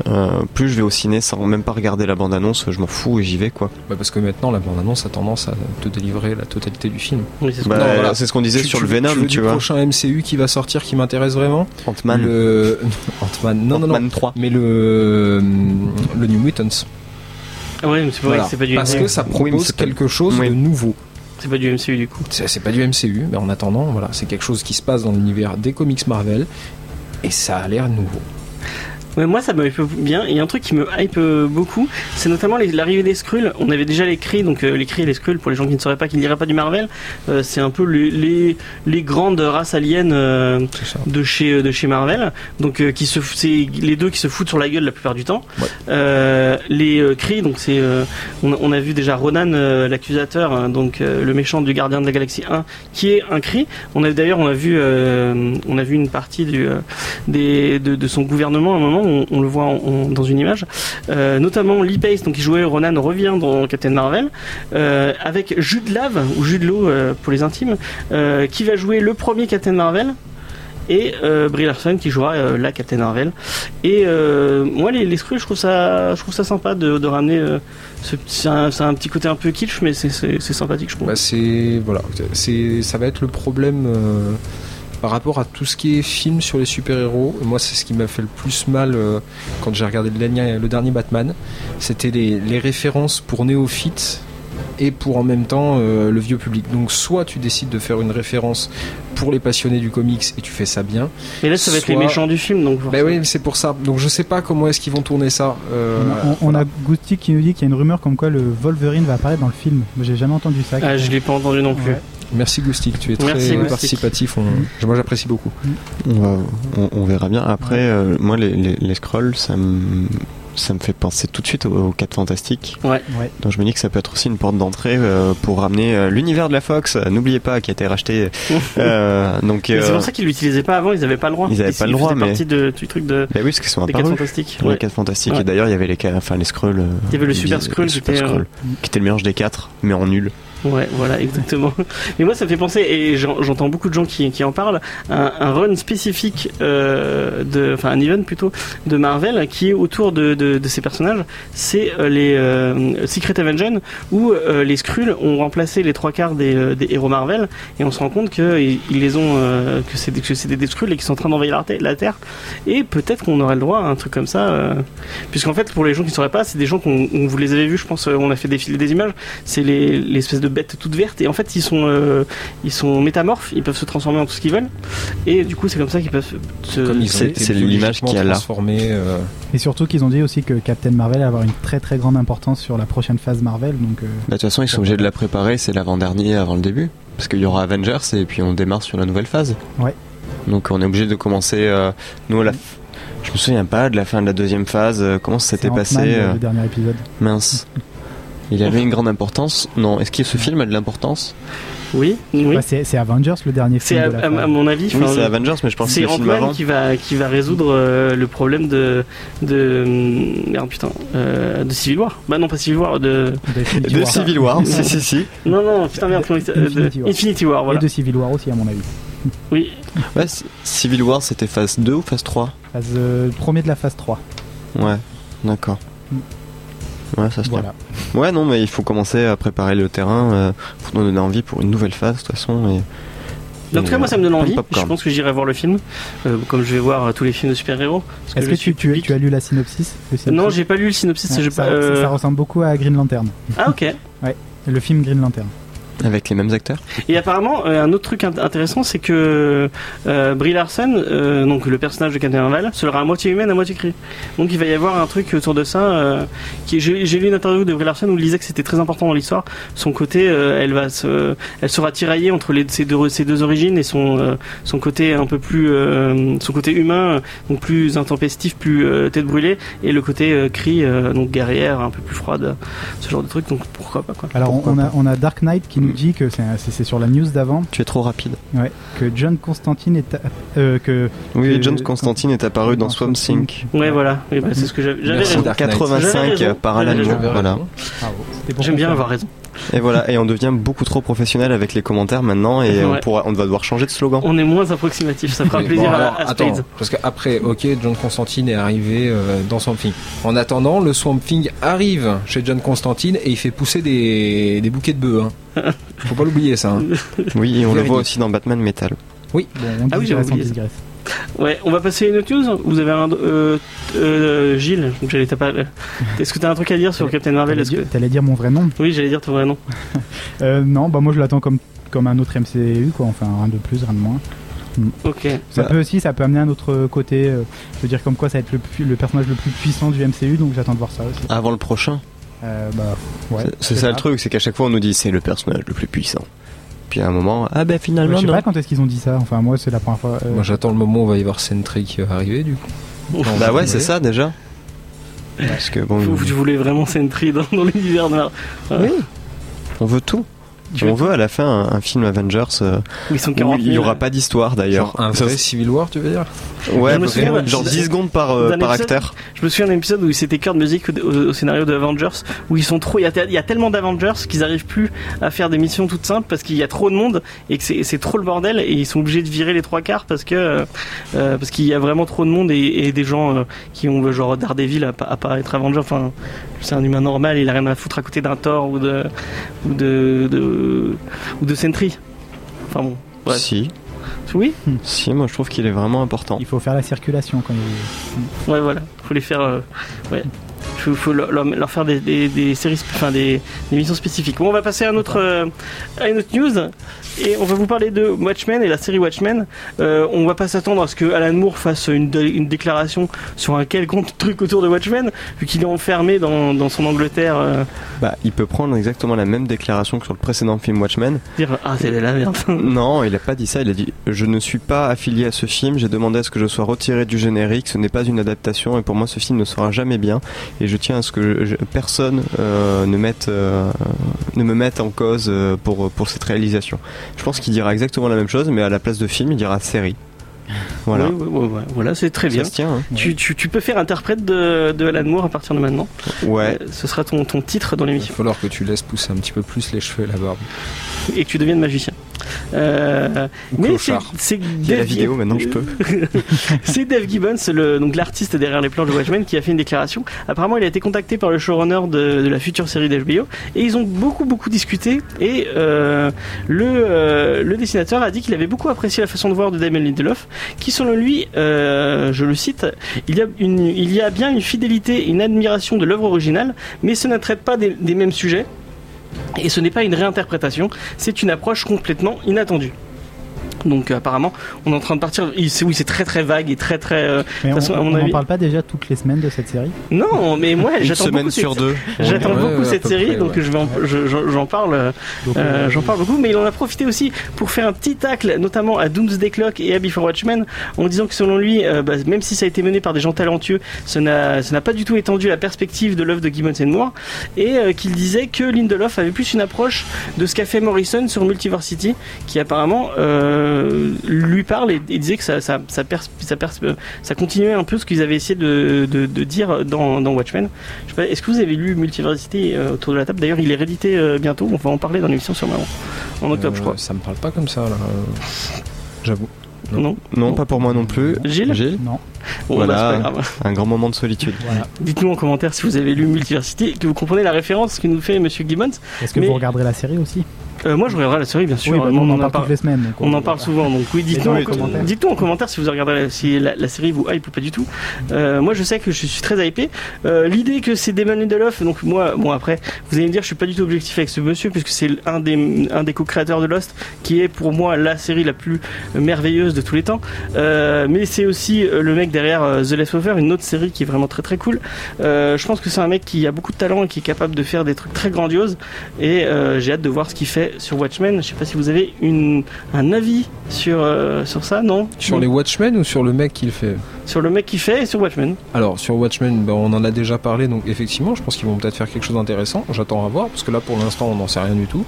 Speaker 2: euh, plus je vais au ciné sans même pas regarder la bande annonce. Je m'en fous et j'y vais quoi.
Speaker 3: bah, parce que maintenant la bande annonce a tendance à te délivrer la totalité du film.
Speaker 1: Oui, c'est ce
Speaker 2: Bah,
Speaker 1: qu'on-
Speaker 3: Non, voilà.
Speaker 2: C'est ce qu'on disait
Speaker 3: Tu-
Speaker 2: sur
Speaker 3: tu-
Speaker 2: le Venom,
Speaker 3: tu,
Speaker 2: tu,
Speaker 3: veux du
Speaker 2: vois.
Speaker 3: prochain MCU qui va sortir qui m'intéresse vraiment
Speaker 2: Ant-Man.
Speaker 3: Le Ant-Man. Non non non.
Speaker 2: Ant-Man 3.
Speaker 3: mais le euh, le New Mutants.
Speaker 1: Ah ouais, mais c'est pas,
Speaker 3: Voilà.
Speaker 1: c'est pas du
Speaker 3: Parce que ça
Speaker 2: Oui, mais
Speaker 3: propose
Speaker 2: c'est pas-
Speaker 3: quelque chose
Speaker 2: Oui.
Speaker 3: de nouveau.
Speaker 1: c'est pas du MCU du coup.
Speaker 3: C'est c'est pas du MCU, mais en attendant, voilà, c'est quelque chose qui se passe dans l'univers des comics Marvel. Et ça a l'air nouveau.
Speaker 1: Ouais, moi, ça me hype bien. Et il y a un truc qui me hype euh, beaucoup, c'est notamment les- l'arrivée des Skrulls. On avait déjà les cris, donc euh, les cris et les Skrulls, pour les gens qui ne sauraient pas, qui ne liraient pas du Marvel, euh, c'est un peu les, les, les grandes races aliens euh,
Speaker 3: C'est ça.
Speaker 1: de chez euh, de chez Marvel donc euh, qui se f- c'est les deux qui se foutent sur la gueule la plupart du temps
Speaker 3: Ouais.
Speaker 1: Euh, les euh, cris donc c'est euh, on, a- on a vu déjà Ronan euh, l'accusateur hein, donc euh, le méchant du Gardien de la Galaxie 1 qui est un cri on a d'ailleurs on a vu euh, on a vu une partie du euh, des de, de son gouvernement à un moment on, on le voit en- en- dans une image Euh, notamment Lee Pace donc qui jouait Ronan revient dans Captain Marvel euh, avec Jude Lave ou Jude Law euh, pour les intimes euh, qui va jouer le premier Captain Marvel et euh, Brie Larson qui jouera euh, la Captain Marvel. Et euh, moi, les, les Skrulls, je trouve ça, je trouve ça sympa de, de ramener. euh, ce- c'est un, c'est un petit côté un peu kitsch, mais c'est- c'est c'est sympathique, je trouve.
Speaker 3: Bah, c'est voilà, c'est ça va être le problème euh, par rapport à tout ce qui est film sur les super héros. Moi, c'est ce qui m'a fait le plus mal euh, quand j'ai regardé le dernier, le dernier Batman. C'était les, les références pour néophytes et pour en même temps euh, le vieux public. Donc, soit tu décides de faire une référence pour les passionnés du comics et tu fais ça bien.
Speaker 1: mais là, ça va être les
Speaker 3: soit-
Speaker 1: méchants du film, donc.
Speaker 2: Bah
Speaker 3: Ben oui, c'est pour ça. Donc, je sais pas comment est-ce qu'ils vont tourner ça. euh,
Speaker 4: on on a Goustic qui nous dit qu'il y a une rumeur comme quoi le Wolverine va apparaître dans le film. Moi, j'ai jamais entendu ça.
Speaker 1: Ah, je l'ai euh. pas entendu non plus.
Speaker 4: Ouais.
Speaker 3: Merci Goustic, tu es très
Speaker 1: Merci, Goustic.
Speaker 3: participatif. on- Moi, j'apprécie beaucoup.
Speaker 2: On, va- on- on verra bien. Après, euh, moi, les, les, les scrolls, ça me, ça me fait penser tout de suite aux, aux 4 Fantastiques.
Speaker 4: Ouais.
Speaker 2: Donc je me dis que ça peut être aussi une porte d'entrée euh, pour ramener euh, l'univers de la Fox, euh, n'oubliez pas, qui a été racheté. Euh, donc,
Speaker 1: Mais C'est
Speaker 2: euh,
Speaker 1: pour ça qu'ils l'utilisaient pas avant, ils avaient pas le droit.
Speaker 2: Ils avaient pas le droit,
Speaker 1: faisaient
Speaker 2: mais-
Speaker 1: partie de, du truc de,
Speaker 2: bah oui, parce qu'ils sont
Speaker 1: des 4
Speaker 2: apparus.
Speaker 1: Fantastiques.
Speaker 2: Les
Speaker 1: Ouais.
Speaker 2: 4 Fantastiques.
Speaker 1: Ouais.
Speaker 2: Et d'ailleurs, il y avait les, ca- enfin, les scrolls. euh,
Speaker 1: Il y avait le Super
Speaker 2: bi-
Speaker 1: Skrull
Speaker 2: le
Speaker 1: qui
Speaker 2: Super
Speaker 1: était, euh,
Speaker 2: Skrull, qui était le mélange des 4, mais en nul.
Speaker 1: Ouais, voilà, exactement. Mais moi, ça me fait penser, et j'en- j'entends beaucoup de gens qui, qui en parlent, un, un run spécifique, euh, de, enfin un event plutôt, de Marvel qui est autour de, de, de ces personnages. C'est euh, les euh, Secret Avengers où euh, les Skrulls ont remplacé les trois quarts des, euh, des héros Marvel et on se rend compte que ils, ils les ont, euh, que c'est des- que c'est des, des Skrulls et qu'ils sont en train d'envahir la, Terre- la Terre. Et peut-être qu'on aurait le droit à un truc comme ça, euh, puisqu'en fait, pour les gens qui ne sauraient pas, c'est des gens qu'on on vous les avez vus, je pense, euh, on a fait défiler des images c'est les- l'espèce de bêtes toutes vertes et en fait ils sont euh, ils sont métamorphes, ils peuvent se transformer en tout ce qu'ils veulent et du coup c'est comme ça qu'ils peuvent se
Speaker 3: Comme
Speaker 2: Euh,
Speaker 3: ils
Speaker 2: c'est-
Speaker 3: ont été
Speaker 2: c'est l'image qu'il y a là.
Speaker 3: transformés, euh,
Speaker 4: Et surtout qu'ils ont dit aussi que Captain Marvel allait avoir une très très grande importance sur la prochaine phase Marvel. Donc, euh,
Speaker 2: Bah, de toute façon, ils sont obligés de la préparer, c'est l'avant-dernier avant le début. Parce qu'il y aura Avengers et puis on démarre sur la nouvelle phase.
Speaker 4: Ouais.
Speaker 2: Donc on est obligé de commencer. euh, nous, à la... je me souviens pas de la fin de la deuxième phase, euh, comment ça
Speaker 4: c'est
Speaker 2: s'était
Speaker 4: Ant-Man,
Speaker 2: passé.
Speaker 4: le,
Speaker 2: euh,
Speaker 4: le dernier épisode.
Speaker 2: Mince. Il avait une grande importance Non, est-ce que ce film a de l'importance
Speaker 1: Oui, oui.
Speaker 4: Bah, c'est c'est Avengers le dernier
Speaker 1: c'est
Speaker 4: film.
Speaker 1: à,
Speaker 4: de la
Speaker 1: à-
Speaker 4: phase.
Speaker 1: à mon avis
Speaker 2: Oui,
Speaker 1: enfin,
Speaker 2: c'est Avengers, mais je pense que
Speaker 1: c'est
Speaker 2: le film avant.
Speaker 1: Ant-Man qui va qui va résoudre euh, le problème de de merde putain euh, de Civil War. Bah non pas Civil War de
Speaker 4: D'Infinity
Speaker 2: De
Speaker 4: War.
Speaker 2: Civil War,
Speaker 4: Non.
Speaker 2: si, si, si.
Speaker 1: non non putain merde comment il s'appelle euh, De-
Speaker 4: Infinity War.
Speaker 1: Infinity War
Speaker 4: Et
Speaker 1: voilà.
Speaker 4: de Civil War aussi, à mon avis.
Speaker 1: Oui
Speaker 2: Ouais, c- Civil War, c'était phase 2 ou phase 3
Speaker 4: Phase, euh, premier de la phase 3.
Speaker 2: Ouais, d'accord. Ouais, ça se tient.
Speaker 4: Voilà.
Speaker 2: Ouais, non, mais il faut commencer à préparer le terrain euh, pour nous donner envie pour une nouvelle phase, de toute façon. Et,
Speaker 1: En tout cas,
Speaker 2: euh,
Speaker 1: moi, ça me donne
Speaker 2: plein de
Speaker 1: envie. Je
Speaker 2: popcorn.
Speaker 1: pense que j'irai voir le film, euh, comme je vais voir euh, tous les films de super-héros. parce
Speaker 4: Est-ce
Speaker 1: je
Speaker 4: que
Speaker 1: suis
Speaker 4: tu, tu,
Speaker 1: public.
Speaker 4: tu as lu la synopsis, le synopsis
Speaker 1: Non, j'ai pas lu le synopsis.
Speaker 4: Ouais,
Speaker 1: j'ai
Speaker 4: ça,
Speaker 1: pas, euh,
Speaker 4: ça- ça ressemble beaucoup à Green Lantern,
Speaker 1: Ah, ok.
Speaker 4: le film Green Lantern.
Speaker 2: et Avec les mêmes acteurs
Speaker 1: Et apparemment, euh, un autre truc int- intéressant, c'est que euh, Brie Larson, euh, donc le personnage de Captain Marvel, sera à moitié humaine, à moitié cri. Donc il va y avoir un truc autour de ça. euh, qui J'ai j'ai lu une interview de Brie Larson où elle disait que c'était très important dans l'histoire. Son côté, euh, elle va se, elle sera tiraillée entre les, ses, deux, ses deux origines et son, euh, son côté un peu plus, euh, son côté humain, euh, donc plus intempestif, plus euh, tête brûlée, et le côté euh, cri, euh, donc guerrière, un peu plus froide, ce genre de truc. Donc pourquoi pas quoi.
Speaker 4: Alors on-
Speaker 2: Pourquoi Mm.
Speaker 4: on a, on a Dark Knight qui nous dit que c'est un- c'est c'est sur la news d'avant
Speaker 2: Tu es trop rapide.
Speaker 4: ouais, que John Constantine est à- euh, que
Speaker 2: Oui,
Speaker 4: Euh,
Speaker 2: John Constantine est apparu dans Swamp Thing.
Speaker 1: Ouais, voilà. Et bah, c'est ce que j'avais. j'avais
Speaker 3: Merci,
Speaker 1: raison.
Speaker 3: Dark Knight.
Speaker 1: J'avais
Speaker 2: 85
Speaker 1: raison.
Speaker 2: euh, par Alan
Speaker 1: J'avais
Speaker 2: Moore,
Speaker 1: raison.
Speaker 2: voilà.
Speaker 4: Ah, C'était pour
Speaker 1: J'aime bien
Speaker 4: confirmer.
Speaker 1: avoir raison.
Speaker 2: Et voilà, et on devient beaucoup trop professionnel avec les commentaires maintenant et on,
Speaker 1: Ouais.
Speaker 2: pourra, on va devoir changer de slogan.
Speaker 1: On est moins approximatif, ça fera
Speaker 3: Mais
Speaker 1: plaisir
Speaker 3: bon,
Speaker 1: à-
Speaker 3: alors,
Speaker 1: à,
Speaker 3: attends,
Speaker 1: Spades.
Speaker 3: parce qu'après, ok, John Constantine est arrivé euh, dans Swamp Thing. En attendant, le Swamp Thing arrive chez John Constantine et il fait pousser des, des bouquets de bœufs. hein. Faut pas l'oublier ça. hein.
Speaker 2: Oui, et on le
Speaker 3: Vérité.
Speaker 2: voit aussi dans Batman Metal.
Speaker 4: Bon, on
Speaker 1: Ah oui, j'avais
Speaker 4: digresse, on
Speaker 1: oublié ça.
Speaker 4: digresse.
Speaker 1: Ouais, on va passer à une autre news. Vous avez un. Euh, euh, Gilles, donc j'allais t'appeler. Est-ce que t'as un truc à dire sur Captain Marvel
Speaker 4: T'allais
Speaker 1: Est-ce que...
Speaker 4: dire- T'allais dire mon vrai nom
Speaker 1: Oui, j'allais dire ton vrai nom.
Speaker 4: Euh, Non, bah moi je l'attends comme comme un autre MCU quoi, enfin rien de plus, rien de moins.
Speaker 1: Ok.
Speaker 4: Ça
Speaker 2: Bah.
Speaker 4: peut aussi, ça peut amener un autre côté. euh, je veux dire comme quoi ça va être le, pu- le personnage le plus puissant du MCU, donc j'attends de voir ça aussi.
Speaker 2: Avant le prochain.
Speaker 4: Euh, bah, ouais,
Speaker 2: C'est- c'est
Speaker 4: je sais
Speaker 2: ça le
Speaker 4: pas.
Speaker 2: truc, c'est qu'à chaque fois on nous dit c'est le personnage le plus puissant. Puis à un moment, ah ben
Speaker 4: Ouais,
Speaker 2: finalement
Speaker 4: je sais
Speaker 2: non.
Speaker 4: pas quand est-ce qu'ils ont dit ça. Enfin moi c'est la première fois. euh,
Speaker 3: Moi j'attends le moment où va y avoir Sentry qui va arriver du coup.
Speaker 2: Bah ouais,
Speaker 3: Oui.
Speaker 2: c'est ça déjà. Parce que bon,
Speaker 1: Vous, vous voulez vraiment Sentry dans, dans l'univers de Marvel
Speaker 2: oui, on veut tout.
Speaker 1: Tu
Speaker 2: on
Speaker 1: veux
Speaker 2: veut à la fin un, un film Avengers euh,
Speaker 1: Où ils sont
Speaker 2: où
Speaker 1: 40
Speaker 2: il
Speaker 1: 000.
Speaker 2: n'y aura pas d'histoire d'ailleurs.
Speaker 3: Genre un
Speaker 2: Ça,
Speaker 3: vrai Civil War, tu veux dire
Speaker 2: c'est- ouais,
Speaker 1: Je me
Speaker 2: parce que
Speaker 1: souviens,
Speaker 2: genre
Speaker 1: d'un-
Speaker 2: 10 secondes par, euh,
Speaker 1: d'un
Speaker 2: par
Speaker 1: épisode-
Speaker 2: acteur.
Speaker 1: Je me souviens d'un épisode où c'était cœur de musique au, au- au scénario de Avengers, où ils sont trop. Il y a, il y a tellement d'Avengers qu'ils arrivent plus à faire des missions toutes simples parce qu'il y a trop de monde et que c'est c'est trop le bordel et ils sont obligés de virer les trois quarts parce que euh, parce qu'il y a vraiment trop de monde et, et des gens euh, qui ont genre Daredevil à, pas- à pas être Avenger. Enfin, c'est un humain normal, il a rien à foutre à côté d'un Thor ou de ou de, de- ou de Sentry. Enfin bon, Ouais.
Speaker 2: Si,
Speaker 1: oui,
Speaker 2: si, moi je trouve qu'il est vraiment important.
Speaker 4: Il faut faire la circulation quand il-
Speaker 1: Ouais, voilà. Faut les faire. euh, ouais. Faut, faut leur, leur- leur faire des, des, des séries, sp- enfin des, des missions spécifiques. Bon, on va passer à, un autre, euh, à une autre news et on va vous parler de Watchmen et la série Watchmen. Euh, on va pas s'attendre à ce que Alan Moore fasse une, dé- une déclaration sur un quelconque truc autour de Watchmen, vu qu'il est enfermé dans, dans son Angleterre. euh,
Speaker 2: Bah, il peut prendre exactement la même déclaration que sur le précédent film Watchmen.
Speaker 1: dire ah c'est de la merde.
Speaker 2: Non, il a pas dit ça. Il a dit Je ne suis pas affilié à ce film. J'ai demandé à ce que je sois retiré du générique. Ce n'est pas une adaptation et pour moi, ce film ne sera jamais bien. Et je tiens à ce que je- je- personne euh, ne, mette, euh, ne me mette en cause euh, pour, pour cette réalisation. Je pense qu'il dira exactement la même chose, mais à la place de film, il dira série. Voilà.
Speaker 1: Oui, oui, oui, oui, voilà, c'est très bien.
Speaker 2: Ça se tient. hein.
Speaker 4: Ouais.
Speaker 1: Tu, tu, tu peux faire interprète de, de Alan Moore à partir de maintenant.
Speaker 2: Ouais.
Speaker 1: Euh, Ce sera ton, ton titre dans
Speaker 3: Il
Speaker 1: l'émission.
Speaker 3: va falloir que tu laisses pousser un petit peu plus les cheveux et la barbe.
Speaker 1: et que tu deviennes magicien. Euh,
Speaker 3: Ou
Speaker 1: mais c'est
Speaker 3: clochard.
Speaker 1: c'est
Speaker 2: Il y a la
Speaker 1: Dave-
Speaker 2: vidéo maintenant, je peux.
Speaker 1: c'est Dave Gibbons, le, donc l'artiste derrière les plans de Watchmen, qui a fait une déclaration. Apparemment, il a été contacté par le showrunner de, de la future série d'HBO et ils ont beaucoup beaucoup discuté. Et euh, le, euh, le dessinateur a dit qu'il avait beaucoup apprécié la façon de voir de Damon Lindelof, qui selon lui, euh, je le cite, il y a une, il y a bien une fidélité, et une admiration de l'œuvre originale, mais ce ne traite pas des, des mêmes sujets. Et ce n'est pas une réinterprétation, c'est une approche complètement inattendue. Donc euh, apparemment, on est en train de partir. Il- c'est- Oui, c'est très très vague et très très. euh,
Speaker 4: Mais on
Speaker 1: façon, à mon
Speaker 4: on en
Speaker 1: avis-
Speaker 4: parle pas déjà toutes les semaines de cette série
Speaker 1: Non, mais moi
Speaker 2: Une
Speaker 1: j'attends beaucoup
Speaker 2: semaine sur
Speaker 1: cette-
Speaker 2: deux.
Speaker 1: J'attends
Speaker 3: Ouais,
Speaker 1: beaucoup
Speaker 3: ouais, à
Speaker 1: cette
Speaker 3: peu
Speaker 1: série,
Speaker 3: près,
Speaker 1: donc
Speaker 3: ouais.
Speaker 1: je vais en- je- je- j'en parle. euh,
Speaker 4: Donc,
Speaker 1: euh,
Speaker 4: euh,
Speaker 1: J'en parle beaucoup, mais il en a profité aussi pour faire un petit tacle, notamment à Doomsday Clock et à Before Watchmen, en disant que selon lui, euh, bah, même si ça a été mené par des gens talentueux, ça n'a ça n'a pas du tout étendu la perspective de l'œuvre de Gibbons and Moore, et euh, qu'il disait que Lindelof avait plus une approche de ce qu'a fait Morrison sur Multiversity, qui apparemment euh, lui parle et, et disait que ça, ça, ça, pers- ça, pers- euh, ça continuait un peu ce qu'ils avaient essayé de, de, de dire dans, dans Watchmen. Je sais pas, Est-ce que vous avez lu Multiversité euh, autour de la table D'ailleurs, il est réédité euh, bientôt, on va en parler dans l'émission sur Marron, en octobre,
Speaker 3: Euh,
Speaker 1: je crois.
Speaker 3: Ça me parle pas comme ça, là. euh, J'avoue. non.
Speaker 1: Non
Speaker 2: Non, pas pour moi non plus.
Speaker 1: Gilles
Speaker 4: Non.
Speaker 1: Bon,
Speaker 2: Voilà.
Speaker 1: bah, c'est pas grave.
Speaker 2: Un grand moment de solitude.
Speaker 1: Dites-nous en commentaire si vous avez lu Multiversité et que vous comprenez la référence que nous fait Monsieur Gibbons.
Speaker 4: Est-ce que
Speaker 1: Mais-
Speaker 4: vous regarderez la série aussi
Speaker 1: Euh, moi, je regarderai la série, bien sûr.
Speaker 4: Oui, bah,
Speaker 1: euh,
Speaker 4: nous,
Speaker 1: on en
Speaker 4: parle
Speaker 1: parle-
Speaker 4: toutes les semaines. donc,
Speaker 1: On en
Speaker 4: euh,
Speaker 1: parle souvent, donc oui, dites-nous
Speaker 4: dans
Speaker 1: en,
Speaker 4: les commentaires.
Speaker 1: dites-nous en commentaire si vous regardez la, si la, la série vous hype ou pas du tout. Euh, moi, je sais que je suis très hypé. Euh, L'idée que c'est Damon Lindelof, donc moi, bon après, vous allez me dire, je suis pas du tout objectif avec ce monsieur, puisque c'est un des, un des co-créateurs de Lost, qui est pour moi la série la plus merveilleuse de tous les temps. Euh, mais c'est aussi euh, le mec derrière euh, The Leftover, une autre série qui est vraiment très très cool. Euh, je pense que c'est un mec qui a beaucoup de talent et qui est capable de faire des trucs très grandioses. Et euh, j'ai hâte de voir ce qu'il fait sur Watchmen. Je sais pas si vous avez une un avis sur, euh, sur ça, non
Speaker 3: Sur les Watchmen ou sur le mec qui le fait
Speaker 1: Sur le mec qui fait et sur Watchmen.
Speaker 3: Alors sur Watchmen, ben, on en a déjà parlé, donc effectivement, je pense qu'ils vont peut-être faire quelque chose d'intéressant. J'attends à voir, parce que là pour l'instant, on n'en sait rien du tout.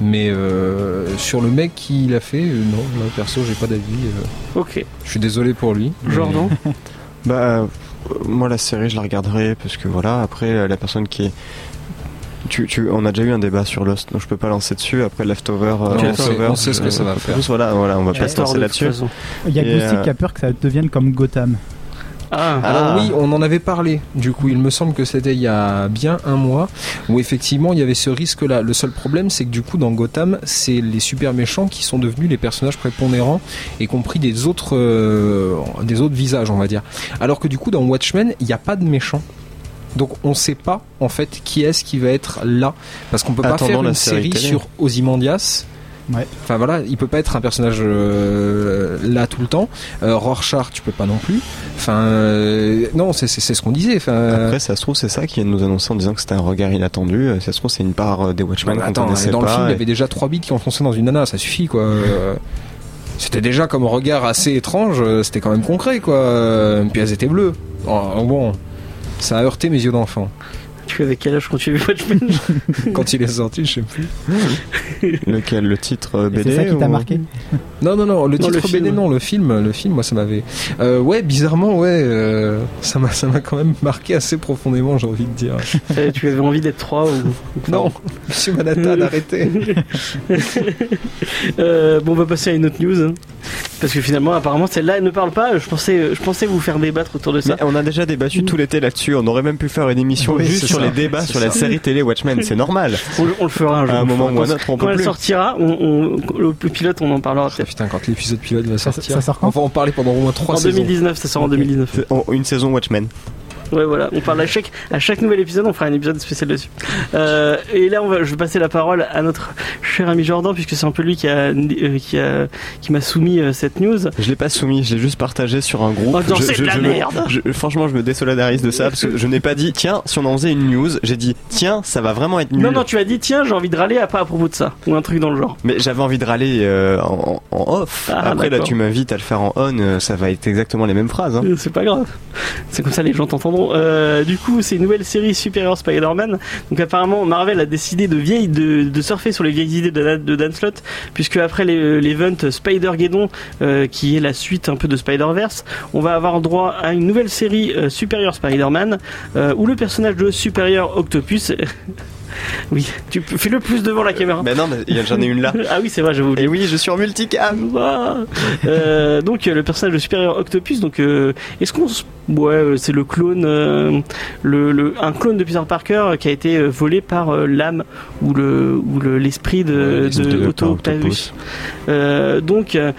Speaker 3: Mais euh, sur le mec qui l'a fait, euh, non, là perso, j'ai pas d'avis. euh.
Speaker 1: Ok.
Speaker 3: je suis désolé pour lui. mais-
Speaker 1: Jordan
Speaker 2: Bah, euh, moi, la série, je la regarderai parce que voilà, après, euh, la personne qui est. Tu, tu, on a déjà eu un débat sur Lost, donc je peux pas lancer dessus. Après, Leftover, euh,
Speaker 3: Non, on, sait,
Speaker 2: Leftover,
Speaker 3: on sait ce que
Speaker 2: je-
Speaker 3: ça va
Speaker 2: En
Speaker 3: faire.
Speaker 2: plus, voilà, voilà, on va pas se lancer
Speaker 1: de
Speaker 2: là-dessus.
Speaker 1: toute façon.
Speaker 4: Il y a
Speaker 2: Et,
Speaker 4: Gossip
Speaker 2: euh,
Speaker 4: qui a peur que ça devienne comme Gotham.
Speaker 1: Ah,
Speaker 3: Alors
Speaker 2: Ah.
Speaker 3: oui, on en avait parlé. Du coup, il me semble que c'était il y a bien un mois où effectivement il y avait ce risque-là. Le seul problème, c'est que du coup dans Gotham, c'est les super méchants qui sont devenus les personnages prépondérants, y compris des autres euh, des autres visages, on va dire. Alors que du coup dans Watchmen, il n'y a pas de méchants. Donc on ne sait pas en fait qui est-ce qui va être là, parce qu'on peut pas
Speaker 2: Attendant
Speaker 3: faire
Speaker 2: la
Speaker 3: une
Speaker 2: série
Speaker 3: série,
Speaker 2: télé.
Speaker 3: sur Ozymandias.
Speaker 4: Ouais.
Speaker 3: Enfin voilà, il peut pas être un personnage euh, là tout le temps. Euh, Rorschach, tu peux pas non plus. Enfin, euh, non, c'est c'est- c'est ce qu'on disait. Enfin, euh,
Speaker 2: Après, ça se trouve, c'est ça qui vient de nous annoncer en disant que c'était un regard inattendu. Euh, Ça se trouve, c'est une part euh, des Watchmen
Speaker 3: bah,
Speaker 2: qu'on
Speaker 3: attends,
Speaker 2: connaissait
Speaker 3: dans le
Speaker 2: pas.
Speaker 3: film, il y
Speaker 2: et-
Speaker 3: avait déjà trois bits qui enfonçaient dans une nana, ça suffit quoi. Euh, C'était déjà comme regard assez étrange, euh, c'était quand même concret quoi. Euh, Puis elles étaient bleues. Oh, bon, ça a heurté mes yeux d'enfant.
Speaker 1: tu avais quel âge quand tu as vu Watchmen
Speaker 3: Quand il est sorti, je sais plus.
Speaker 2: Lequel Le titre euh,
Speaker 4: Et
Speaker 2: BD
Speaker 4: c'est ça qui t'a
Speaker 2: ou-
Speaker 4: marqué
Speaker 3: Non, non, non, le
Speaker 1: Non,
Speaker 3: titre
Speaker 1: le
Speaker 3: BD,
Speaker 1: film.
Speaker 3: non, le film, le film, moi ça m'avait. Euh, ouais, bizarrement, ouais, euh, ça m'a ça m'a quand même marqué assez profondément, j'ai envie de dire.
Speaker 1: Euh, Tu avais envie d'être trois ou...
Speaker 3: Non, monsieur Manhattan, arrêtez.
Speaker 1: Euh, bon, on va passer à une autre news. hein. Parce que finalement, apparemment, celle-là, elle ne parle pas. Je pensais, je pensais vous faire débattre autour de ça.
Speaker 2: Mais on a déjà débattu tout l'été là-dessus. On aurait même pu faire une émission
Speaker 3: Oui,
Speaker 2: juste
Speaker 3: c'est
Speaker 2: sur
Speaker 3: ça.
Speaker 2: les débats
Speaker 3: C'est
Speaker 2: sur la
Speaker 3: ça.
Speaker 2: série télé Watchmen. C'est normal.
Speaker 1: On, le- on le fera un jour.
Speaker 2: À un
Speaker 1: on le
Speaker 2: moment
Speaker 1: fera.
Speaker 2: ou à
Speaker 1: Quand-
Speaker 2: un autre, on
Speaker 1: Quand
Speaker 2: peut
Speaker 1: elle
Speaker 2: plus.
Speaker 1: sortira, on, on- le pilote, on en parlera
Speaker 3: Ah,
Speaker 1: peut-être.
Speaker 3: putain, quand l'épisode pilote va
Speaker 4: Ça-
Speaker 3: sortir.
Speaker 4: ça sort quand
Speaker 3: On va en parler pendant au moins 3
Speaker 1: En
Speaker 3: saisons.
Speaker 1: 2019, ça sort en 2019.
Speaker 2: C'est- on- Une saison Watchmen.
Speaker 1: Ouais, voilà. On parle à chaque, à chaque nouvel épisode, on fera un épisode spécial dessus. Euh, et là, on va, je vais passer la parole à notre cher ami Jordan, puisque c'est un peu lui qui a, euh, qui a, qui m'a soumis euh, cette news.
Speaker 2: Je l'ai pas soumis. Je l'ai juste partagé sur un groupe.
Speaker 1: Oh, non,
Speaker 2: Je-
Speaker 1: c'est
Speaker 2: je-
Speaker 1: de la
Speaker 2: je me-
Speaker 1: merde.
Speaker 2: je- franchement, je me désolidarise de ça parce que je n'ai pas dit tiens si on en faisait une news. J'ai dit tiens ça va vraiment être nul.
Speaker 1: Non, non, tu as dit, tiens, j'ai envie de râler à pas à propos de ça. Ou un truc dans le genre.
Speaker 2: Mais j'avais envie de râler euh, en, en- en off.
Speaker 1: Ah,
Speaker 2: Après là
Speaker 1: d'accord.
Speaker 2: tu m'invites à le faire en on. euh, Ça va être exactement les mêmes phrases. hein.
Speaker 1: Euh, C'est pas grave. C'est comme ça, les gens t'entendront. Euh, du coup, c'est une nouvelle série Superior Spider-Man. Donc, apparemment, Marvel a décidé de, vieille, de, de surfer sur les vieilles idées de, Dan- de Dan Slott, puisque après les- euh, l'event Spider-Geddon, euh, qui est la suite un peu de Spider-Verse, on va avoir droit à une nouvelle série euh, Superior Spider-Man, euh, où le personnage de Superior Octopus. oui, tu peux- fais-le plus devant la caméra.
Speaker 2: Mais non, mais il y en- j'en ai une là.
Speaker 1: Ah oui, c'est vrai, je vous
Speaker 2: Et oui, je suis en multicam.
Speaker 1: Ouah. Bah, Euh, donc euh, le personnage de supérieur Octopus donc euh, est-ce qu'on s- ouais euh, c'est le clone euh, le, le- un clone de Peter Parker euh, qui a été euh, volé par euh, l'âme ou le ou le- l'esprit de,
Speaker 2: L'esprit
Speaker 1: de
Speaker 2: de
Speaker 1: Otto Octavius
Speaker 2: Octopus.
Speaker 1: Euh, donc euh,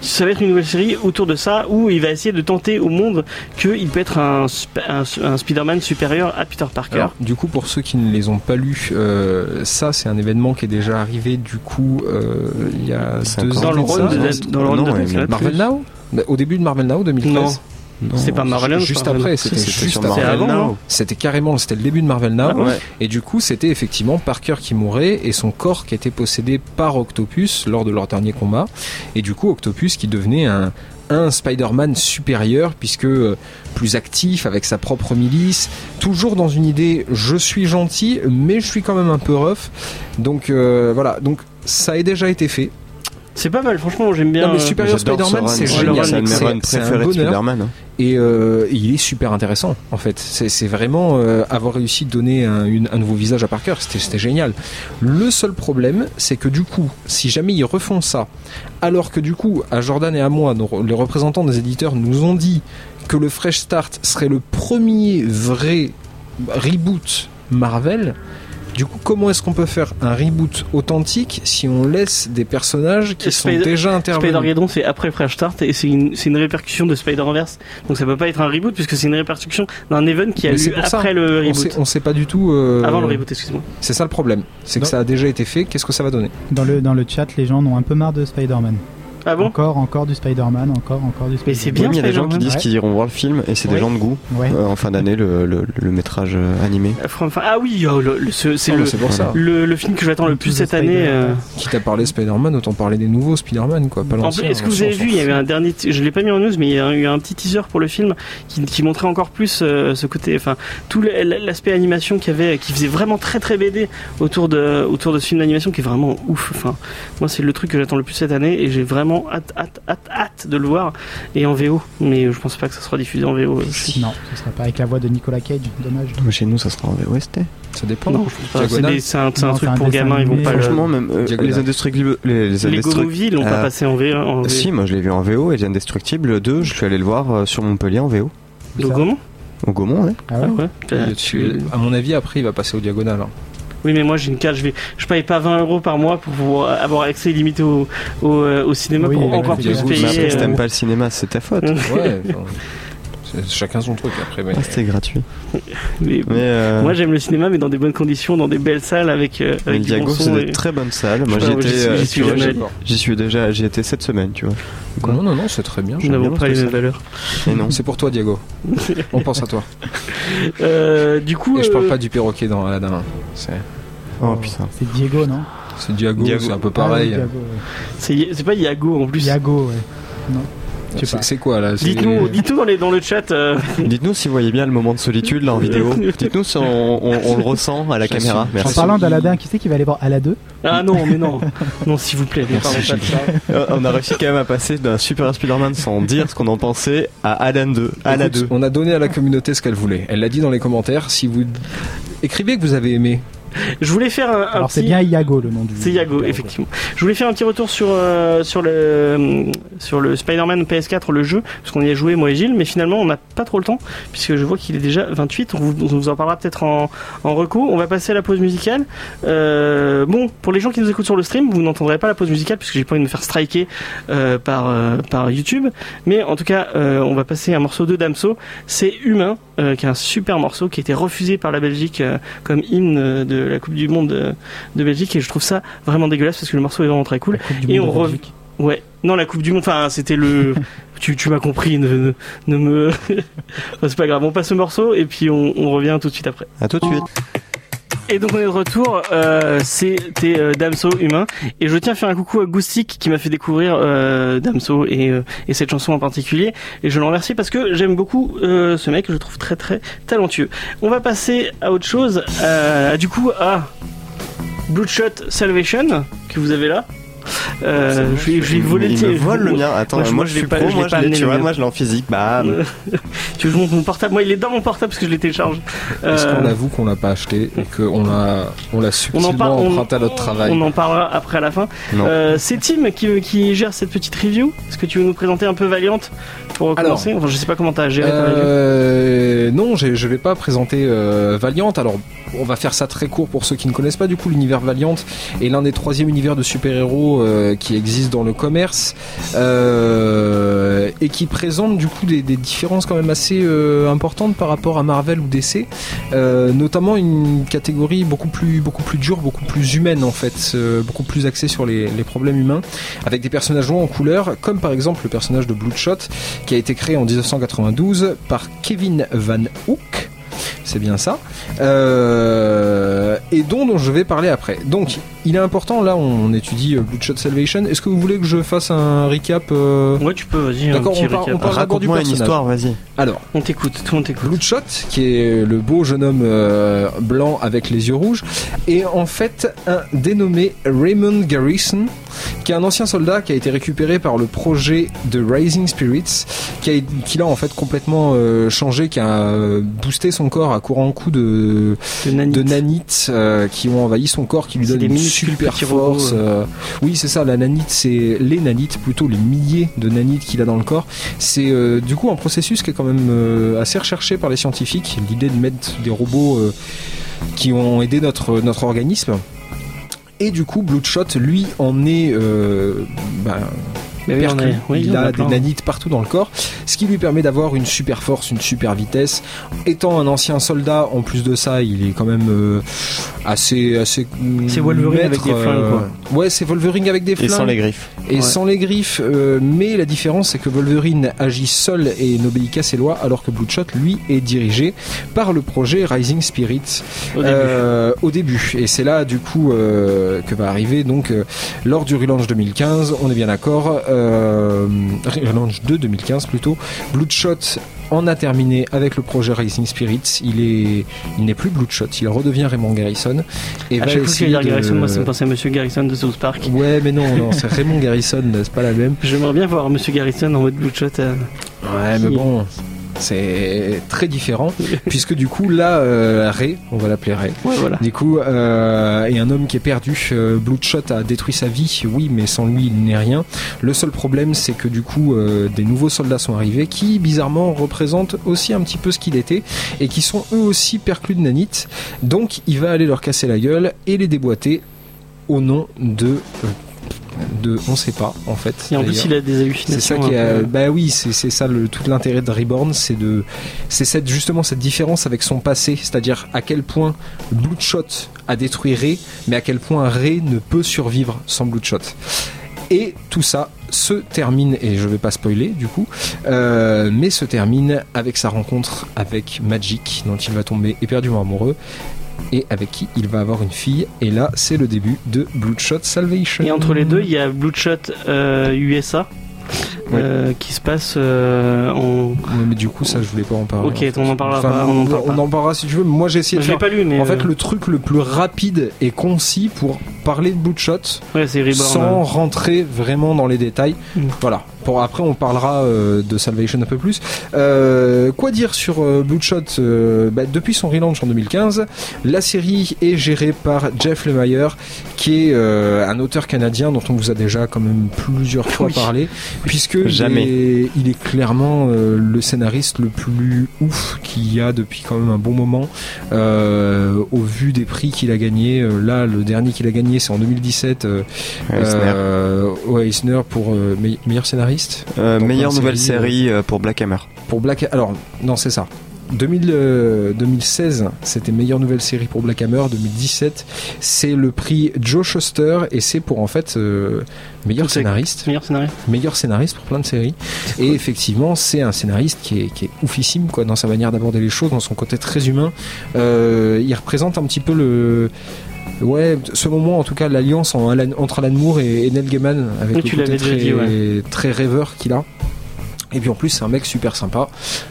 Speaker 1: ça va être une nouvelle série autour de ça où il va essayer de tenter au monde qu'il peut être un, sp- un, un Spider-Man supérieur à Peter Parker
Speaker 3: Alors, du coup, pour ceux qui ne les ont pas lus, début. Euh, ça, c'est un événement qui est déjà arrivé du coup euh, il y a
Speaker 2: C'est
Speaker 3: deux
Speaker 2: encore-
Speaker 1: Dans
Speaker 3: ans.
Speaker 1: le
Speaker 3: de ça.
Speaker 1: rôle de
Speaker 2: non,
Speaker 1: Death- dans le rôle
Speaker 2: non,
Speaker 1: de
Speaker 2: ouais,
Speaker 1: Death
Speaker 2: mais
Speaker 1: Note,
Speaker 3: Marvel
Speaker 1: oui.
Speaker 3: Now Mais Au début de Marvel Now 2013
Speaker 1: Non.
Speaker 3: Non,
Speaker 1: C'est pas Marvel Now, c'est
Speaker 3: Juste
Speaker 1: Marvel
Speaker 3: après,
Speaker 1: Now.
Speaker 3: c'était
Speaker 2: C'était
Speaker 3: juste
Speaker 2: sur
Speaker 3: après.
Speaker 2: Marvel
Speaker 1: avant,
Speaker 2: Now.
Speaker 1: non
Speaker 3: C'était carrément, c'était le début de Marvel Now.
Speaker 2: Ah ouais.
Speaker 3: Et du coup, c'était effectivement Parker qui mourait et son corps qui était possédé par Octopus lors de leur dernier combat. Et du coup, Octopus qui devenait un, un Spider-Man supérieur, puisque euh, plus actif, avec sa propre milice, toujours dans une idée je suis gentil, mais je suis quand même un peu rough. Donc euh, voilà, donc ça a déjà été fait.
Speaker 1: C'est pas mal, franchement, j'aime bien.
Speaker 3: Non, mais
Speaker 1: euh,
Speaker 3: super- Superior
Speaker 2: J'adore
Speaker 3: Spider-Man,
Speaker 2: ce
Speaker 3: c'est
Speaker 2: run.
Speaker 1: génial.
Speaker 2: C'est un de mes
Speaker 1: C'est-
Speaker 2: runs
Speaker 3: c'est un
Speaker 2: préférés de
Speaker 3: bonheur.
Speaker 2: Spider-Man. hein.
Speaker 3: Et euh, il est super intéressant, en fait. C'est c'est vraiment euh, avoir réussi à donner un, une- un nouveau visage à Parker, c'était c'était génial. Le seul problème, c'est que du coup, si jamais ils refont ça, alors que du coup, à Jordan et à moi, nos- les représentants des éditeurs nous ont dit que le Fresh Start serait le premier vrai reboot Marvel. Du coup, comment est-ce qu'on peut faire un reboot authentique si on laisse des personnages qui sont
Speaker 1: Spider-
Speaker 3: déjà intervenus
Speaker 1: Spider-Geddon, c'est après Fresh Start et c'est une, c'est une répercussion de Spider-Verse. Donc ça peut pas être un reboot puisque c'est une répercussion d'un event qui a
Speaker 3: Mais
Speaker 1: eu
Speaker 3: c'est pour
Speaker 1: après
Speaker 3: ça.
Speaker 1: le
Speaker 3: on sait,
Speaker 1: reboot.
Speaker 3: on sait pas du tout. euh,
Speaker 1: Avant le reboot, excuse-moi.
Speaker 3: C'est ça le problème, c'est que
Speaker 4: Non.
Speaker 3: ça a déjà été fait, qu'est-ce que ça va donner
Speaker 4: Dans le, dans le chat, les gens en ont un peu marre de Spider-Man.
Speaker 1: Ah bon
Speaker 4: encore, encore du Spider-Man, encore, encore du Spider-Man.
Speaker 1: Mais c'est
Speaker 2: Oui,
Speaker 1: bien.
Speaker 2: mais il y a des gens qui
Speaker 1: Spider-Man.
Speaker 2: disent qu'ils iront voir le film et c'est des
Speaker 4: Ouais.
Speaker 2: gens de goût.
Speaker 4: Ouais.
Speaker 2: Euh, en fin d'année, le, le- le métrage euh, animé.
Speaker 1: From- enfin, Ah oui, oh, le- le- ce- c'est
Speaker 3: Non,
Speaker 1: le,
Speaker 3: mais Ah bah pour ça.
Speaker 1: le, le film que j'attends le plus
Speaker 4: The
Speaker 1: cette
Speaker 4: Spider-
Speaker 1: année. euh,
Speaker 3: Quitte à parler Spider-Man, autant parler des nouveaux Spider-Man, quoi, pas
Speaker 1: En
Speaker 3: l'ancien.
Speaker 1: plus, est-ce que vous avez
Speaker 3: on s'en
Speaker 1: vu, il y
Speaker 3: fout.
Speaker 1: avait un dernier, t- je l'ai pas mis en news, mais il y a eu un petit teaser pour le film qui, qui montrait encore plus euh, ce côté, enfin tout le- l'aspect animation qu'il y avait, qui faisait vraiment très très BD autour de autour de ce film d'animation qui est vraiment ouf. Enfin, moi c'est le truc que j'attends le plus cette année et j'ai vraiment hâte hâte hâte hâte de le voir et en VO. Mais je pense pas que ça sera diffusé en euh, VO.
Speaker 4: Non, ce serait pas avec la voix de Nicolas Cage, dommage.
Speaker 2: Mais chez nous, ça sera en VOST.
Speaker 3: Ça dépend.
Speaker 1: Non, je pense pas. C'est
Speaker 3: Diagonale.
Speaker 1: des- C'est un, c'est un
Speaker 4: Non,
Speaker 1: truc
Speaker 4: c'est un
Speaker 1: pour
Speaker 4: dessin
Speaker 1: gamins, ils vont
Speaker 4: animé.
Speaker 1: pas le.
Speaker 2: Franchement, même euh,
Speaker 3: Diagonale.
Speaker 2: les indestructibles. Les, les
Speaker 1: Les Go
Speaker 2: indestructibles.
Speaker 1: Movie, ils l'ont pas
Speaker 2: Ah.
Speaker 1: passé en VO. En
Speaker 2: Si,
Speaker 1: VO.
Speaker 2: moi je l'ai vu en VO et les Indestructibles 2, je suis allé le voir euh, sur Montpellier en VO.
Speaker 1: Au Gaumont
Speaker 2: Au Gaumont, hein. ouais.
Speaker 4: Ah
Speaker 1: Ah
Speaker 4: ouais
Speaker 1: ouais.
Speaker 3: Il est dessus. À mon avis, après, il va passer au diagonal. hein.
Speaker 1: Oui, mais moi j'ai une carte, je vais, je paye pas 20 euros par mois pour pouvoir avoir accès illimité au, au, euh, au cinéma
Speaker 4: Oui,
Speaker 1: pour
Speaker 4: et
Speaker 1: encore
Speaker 4: la
Speaker 1: plus
Speaker 3: vidéo.
Speaker 2: Mais
Speaker 1: payer.
Speaker 2: après, si
Speaker 1: euh,
Speaker 2: t'aimes pas le cinéma, c'est ta faute.
Speaker 3: Ouais, enfin, c'est- chacun son truc après. Mais...
Speaker 2: Ah, c'était gratuit.
Speaker 1: mais-
Speaker 2: Mais, euh,
Speaker 1: Moi j'aime le cinéma, mais dans des bonnes conditions, dans des belles salles avec, euh,
Speaker 2: mais
Speaker 1: avec du
Speaker 2: Diago,
Speaker 1: bon
Speaker 2: c'est
Speaker 1: son.
Speaker 2: des
Speaker 1: et-
Speaker 2: très bonnes salles. Moi
Speaker 1: sais
Speaker 2: j'y
Speaker 1: pas,
Speaker 2: étais,
Speaker 1: j'y
Speaker 2: euh,
Speaker 1: suis- j'y suis
Speaker 2: tu vois,
Speaker 1: jamais allé.
Speaker 2: j'y- j'y suis déjà, j'y étais cette semaine, tu vois. Quoi
Speaker 3: Non, non, non, c'est très bien.
Speaker 1: Nous
Speaker 2: j'aime
Speaker 1: n'avons
Speaker 2: bien
Speaker 1: pas les
Speaker 2: ce
Speaker 1: mêmes valeurs.
Speaker 2: Et non.
Speaker 3: C'est pour toi, Diago. On pense à toi.
Speaker 1: Euh, du coup,
Speaker 3: Et je parle
Speaker 1: euh,
Speaker 3: pas du perroquet dans Aladdin. hein. C'est
Speaker 2: Oh putain.
Speaker 4: C'est Diego, non
Speaker 3: c'est Diago,
Speaker 2: Diago.
Speaker 3: c'est un peu Ah, pareil.
Speaker 4: Ah oui, Diago, ouais.
Speaker 1: c'est c'est pas Yago en plus.
Speaker 4: Diago, ouais. Non. Je sais
Speaker 3: C'est
Speaker 4: pas.
Speaker 3: c'est quoi là c'est-
Speaker 1: Dites-nous dites dans, les, dans le chat. euh,
Speaker 2: Dites-nous si vous voyez bien le moment de solitude là en vidéo. Dites-nous si on, on- on le ressent à la
Speaker 3: J'assume.
Speaker 2: caméra.
Speaker 4: En
Speaker 2: Merci.
Speaker 4: parlant d'Aladin, qui c'est qui va aller voir Aladdin
Speaker 1: Ah non, mais non. Non, s'il vous plaît.
Speaker 3: Merci, Gilles.
Speaker 2: Euh, on a réussi quand même à passer d'un Super Spider-Man sans dire ce qu'on en pensait à Alan 2. Alan
Speaker 3: Écoute,
Speaker 2: 2.
Speaker 3: On a donné à la communauté ce qu'elle voulait. Elle l'a dit dans les commentaires. Si vous écrivez que vous avez aimé,
Speaker 1: Je voulais faire un, un
Speaker 4: Alors c'est
Speaker 1: petit-
Speaker 4: bien Iago le nom du.
Speaker 1: Ah, C'est Yago,
Speaker 4: du-
Speaker 1: effectivement. Je voulais faire un petit retour sur, euh, sur le, sur le Spider-Man PS4, le jeu, parce qu'on y a joué, moi et Gilles, mais finalement, on n'a pas trop le temps, puisque je vois qu'il est déjà 28. On vous, on vous en parlera peut-être en, en recours. On va passer à la pause musicale. Euh, bon, pour les gens qui nous écoutent sur le stream, vous n'entendrez pas la pause musicale, puisque j'ai pas envie de me faire striker euh, par, euh, par YouTube. Mais en tout cas, euh, on va passer à un morceau de Damso. C'est Humain, euh, qui est un super morceau, qui a été refusé par la Belgique euh, comme hymne euh, de la Coupe du Monde euh, de Belgique, et je trouve ça vraiment dégueulasse parce que le morceau est vraiment très cool.
Speaker 4: La Coupe du
Speaker 1: Et
Speaker 4: Monde
Speaker 1: on
Speaker 4: de
Speaker 1: rev-
Speaker 4: Belgique.
Speaker 1: Ouais. Non, la Coupe du Monde, enfin, c'était le. tu tu m'as compris, ne, ne, ne me. Enfin, c'est pas grave, on passe au morceau et puis on, on revient tout de suite après.
Speaker 2: À tout de suite.
Speaker 1: Et donc on est de retour, euh, c'était euh, Damso Humain. Et je tiens à faire un coucou à Goustic qui m'a fait découvrir euh, Damso et, euh, et cette chanson en particulier. Et je le remercie parce que j'aime beaucoup euh, ce mec, je le trouve très très talentueux. On va passer à autre chose, euh, du coup à Bloodshot Salvation que vous avez là. Euh, je vais- je vais voler
Speaker 2: Il
Speaker 1: le
Speaker 2: me
Speaker 1: tien.
Speaker 2: vole le mien. Attends,
Speaker 1: Moi, je-
Speaker 2: moi je,
Speaker 1: moi, je l'ai
Speaker 2: suis
Speaker 1: pas-
Speaker 2: pro,
Speaker 1: je l'ai pas
Speaker 2: moi je l'ai,
Speaker 1: amené,
Speaker 2: tu
Speaker 1: le
Speaker 2: vois,
Speaker 1: mien. Euh,
Speaker 2: moi je l'ai en physique. Bah, euh, Bam.
Speaker 1: Tu veux que je monte mon portable Moi, il est dans mon portable parce que je le télécharge.
Speaker 3: Est-ce
Speaker 1: Euh,
Speaker 3: qu'on avoue qu'on l'a pas acheté et qu'on l'a on l'a subtilement
Speaker 1: parle-
Speaker 3: emprunté à notre travail
Speaker 1: on en parlera après à la fin.
Speaker 2: Non.
Speaker 1: Euh, c'est Tim qui, qui gère cette petite review. Est-ce que tu veux nous présenter un peu Valiant pour
Speaker 3: Alors.
Speaker 1: commencer Enfin, je sais pas comment t'as géré ta review.
Speaker 3: Euh, non, j'ai- je vais pas présenter euh, Valiant. Alors, on va faire ça très court pour ceux qui ne connaissent pas du coup l'univers Valiant est l'un des troisièmes univers de super-héros héros euh, qui existent dans le commerce euh, et qui présentent du coup des, des différences quand même assez euh, importantes par rapport à Marvel ou DC, euh, notamment une catégorie beaucoup plus beaucoup plus dure, beaucoup plus humaine en fait, euh, beaucoup plus axée sur les, les problèmes humains, avec des personnages joués en couleur, comme par exemple le personnage de Bloodshot qui a été créé en 1992 par Kevin Van Hook. C'est bien ça. Euh, et dont, dont je vais parler après. Donc, il est important, là, on étudie euh, Bloodshot Salvation. Est-ce que vous voulez que je fasse un recap euh,
Speaker 1: Ouais, tu peux, vas-y, un
Speaker 3: D'accord,
Speaker 1: petit
Speaker 3: on part-
Speaker 1: récap.
Speaker 3: on part- parle d'abord du
Speaker 2: Raconte-moi une
Speaker 3: personnage.
Speaker 2: histoire, vas-y.
Speaker 3: Alors,
Speaker 1: On t'écoute, tout le monde t'écoute.
Speaker 3: Bloodshot, qui est le beau jeune homme euh, blanc avec les yeux rouges, est en fait un dénommé Raymond Garrison, qui est un ancien soldat qui a été récupéré par le projet de Rising Spirits, qui a- qui l'a en fait complètement euh, changé, qui a euh, boosté son corps à courant coup de,
Speaker 1: De Nanite.
Speaker 3: de nanites euh, qui ont envahi son corps, qui lui
Speaker 1: C'est
Speaker 3: donnent
Speaker 1: des
Speaker 3: une
Speaker 1: minuscules
Speaker 3: super
Speaker 1: petits robots,
Speaker 3: force.
Speaker 1: euh.
Speaker 3: euh, oui, c'est ça, la nanite, c'est les nanites, plutôt les milliers de nanites qu'il a dans le corps. C'est euh, du coup un processus qui est quand même euh, assez recherché par les scientifiques, l'idée de mettre des robots euh, qui ont aidé notre, notre organisme. Et du coup, Bloodshot, lui, en est euh, bah,
Speaker 1: Mais oui, on
Speaker 3: perclus.
Speaker 1: est- oui,
Speaker 3: il
Speaker 1: on
Speaker 3: a
Speaker 1: a
Speaker 3: des
Speaker 1: plein.
Speaker 3: nanites partout dans le corps, ce qui lui permet d'avoir une super force, une super vitesse. Étant un ancien soldat, en plus de ça, il est quand même euh, assez, assez. euh,
Speaker 1: C'est Wolverine avec des flingues, quoi.
Speaker 3: Ouais, c'est Wolverine avec des
Speaker 2: Et
Speaker 3: flingues
Speaker 2: sans les griffes.
Speaker 3: et
Speaker 1: Ouais.
Speaker 3: sans les griffes. euh, mais la différence, c'est que Wolverine agit seul et n'obéit qu'à ses lois, alors que Bloodshot, lui, est dirigé par le projet Rising Spirit
Speaker 1: Au début.
Speaker 3: euh, au début. Et c'est là, du coup, euh, que va arriver, donc, euh, lors du relaunch 2015, on est bien d'accord, euh, relaunch de 2015 plutôt, Bloodshot en a terminé avec le projet Rising Spirit. Il est, il n'est plus Bloodshot, il redevient Raymond Garrison. Et
Speaker 1: à
Speaker 3: va
Speaker 1: chaque fois qu'il
Speaker 3: essayer
Speaker 1: y a
Speaker 3: de-
Speaker 1: Garrison, moi ça me pensait à Monsieur Garrison de South Park.
Speaker 3: Ouais, mais non, non, c'est Raymond Garrison, c'est pas la même.
Speaker 1: J'aimerais bien voir Monsieur Garrison en mode Bloodshot. euh,
Speaker 3: Ouais, mais
Speaker 1: Qui-
Speaker 3: bon, c'est très différent, puisque du coup, là, euh, Ray, on va l'appeler Ray.
Speaker 1: Ouais, voilà.
Speaker 3: Du coup, euh, et un homme qui est perdu, euh, Bloodshot a détruit sa vie, oui, mais sans lui, il n'est rien. Le seul problème, c'est que du coup, euh, des nouveaux soldats sont arrivés qui, bizarrement, représentent aussi un petit peu ce qu'il était, et qui sont eux aussi perclus de nanite. Donc, il va aller leur casser la gueule et les déboîter au nom de... euh, de on sait pas, en fait.
Speaker 1: Et en
Speaker 3: d'ailleurs.
Speaker 1: plus, il a des hallucinations.
Speaker 3: C'est ça qui
Speaker 1: un
Speaker 3: a,
Speaker 1: peu.
Speaker 3: bah oui, c'est c'est ça le, tout l'intérêt de Reborn, c'est de, c'est cette justement cette différence avec son passé, c'est-à-dire à quel point Bloodshot a détruit Ray, mais à quel point Ray ne peut survivre sans Bloodshot. Et tout ça se termine, et je vais pas spoiler du coup, euh, mais se termine avec sa rencontre avec Magic, dont il va tomber éperdument amoureux, et avec qui il va avoir une fille. Et là, c'est le début de Bloodshot Salvation.
Speaker 1: Et entre les deux, il y a Bloodshot euh, USA
Speaker 3: Oui.
Speaker 1: euh, qui se passe euh, en.
Speaker 3: Ouais, mais du coup, ça, je voulais pas en parler.
Speaker 1: Ok,
Speaker 3: en fait.
Speaker 1: on en parlera pas, on
Speaker 3: On,
Speaker 1: en parle pas.
Speaker 3: en parlera si tu veux. mais Moi, j'ai essayé
Speaker 1: Je
Speaker 3: de
Speaker 1: l'ai
Speaker 3: faire.
Speaker 1: pas lu, mais.
Speaker 3: En fait,
Speaker 1: euh,
Speaker 3: le truc le plus rapide et concis pour parler de Bloodshot
Speaker 1: Ouais, c'est Reborn. euh,
Speaker 3: sans rentrer vraiment dans les détails.
Speaker 1: Mm.
Speaker 3: Voilà. Pour après, on parlera euh, de Salvation un peu plus. Euh, quoi dire sur euh, Bloodshot euh, bah, Depuis son relaunch en 2015, la série est gérée par Jeff Lemire, qui est euh, un auteur canadien dont on vous a déjà quand même plusieurs fois
Speaker 1: Oui.
Speaker 3: parlé, puisque
Speaker 2: Jamais.
Speaker 3: il est, il est clairement euh, le scénariste le plus ouf qu'il y a depuis quand même un bon moment. Euh, au vu des prix qu'il a gagnés, euh, là, le dernier qu'il a gagné, c'est en 2017. euh,
Speaker 2: Eisner.
Speaker 3: euh, ouais, Eisner pour euh, me- meilleur scénariste
Speaker 2: Euh,
Speaker 3: pour
Speaker 2: meilleure
Speaker 3: plein de
Speaker 2: nouvelle
Speaker 3: séries,
Speaker 2: série euh, pour Black Hammer.
Speaker 3: pour Black. Alors non, c'est ça. 2000, euh, 2016, c'était meilleure nouvelle série pour Black Hammer. 2017, c'est le prix Joe Shuster et c'est pour en fait euh, meilleur
Speaker 1: C'est-
Speaker 3: scénariste,
Speaker 1: Meilleur scénario.
Speaker 3: meilleur scénariste pour plein de séries. Et effectivement, c'est un scénariste qui est, qui est oufissime quoi dans sa manière d'aborder les choses, dans son côté très humain. Euh, il représente un petit peu le Ouais, ce moment en tout cas l'alliance en Alan- entre Alan Moore et, et Neil Gaiman avec
Speaker 1: Oui,
Speaker 3: le
Speaker 1: tu
Speaker 3: côté
Speaker 1: l'avais déjà
Speaker 3: très,
Speaker 1: dit,
Speaker 3: très rêveur qu'il a. Et puis en plus c'est un mec super sympa.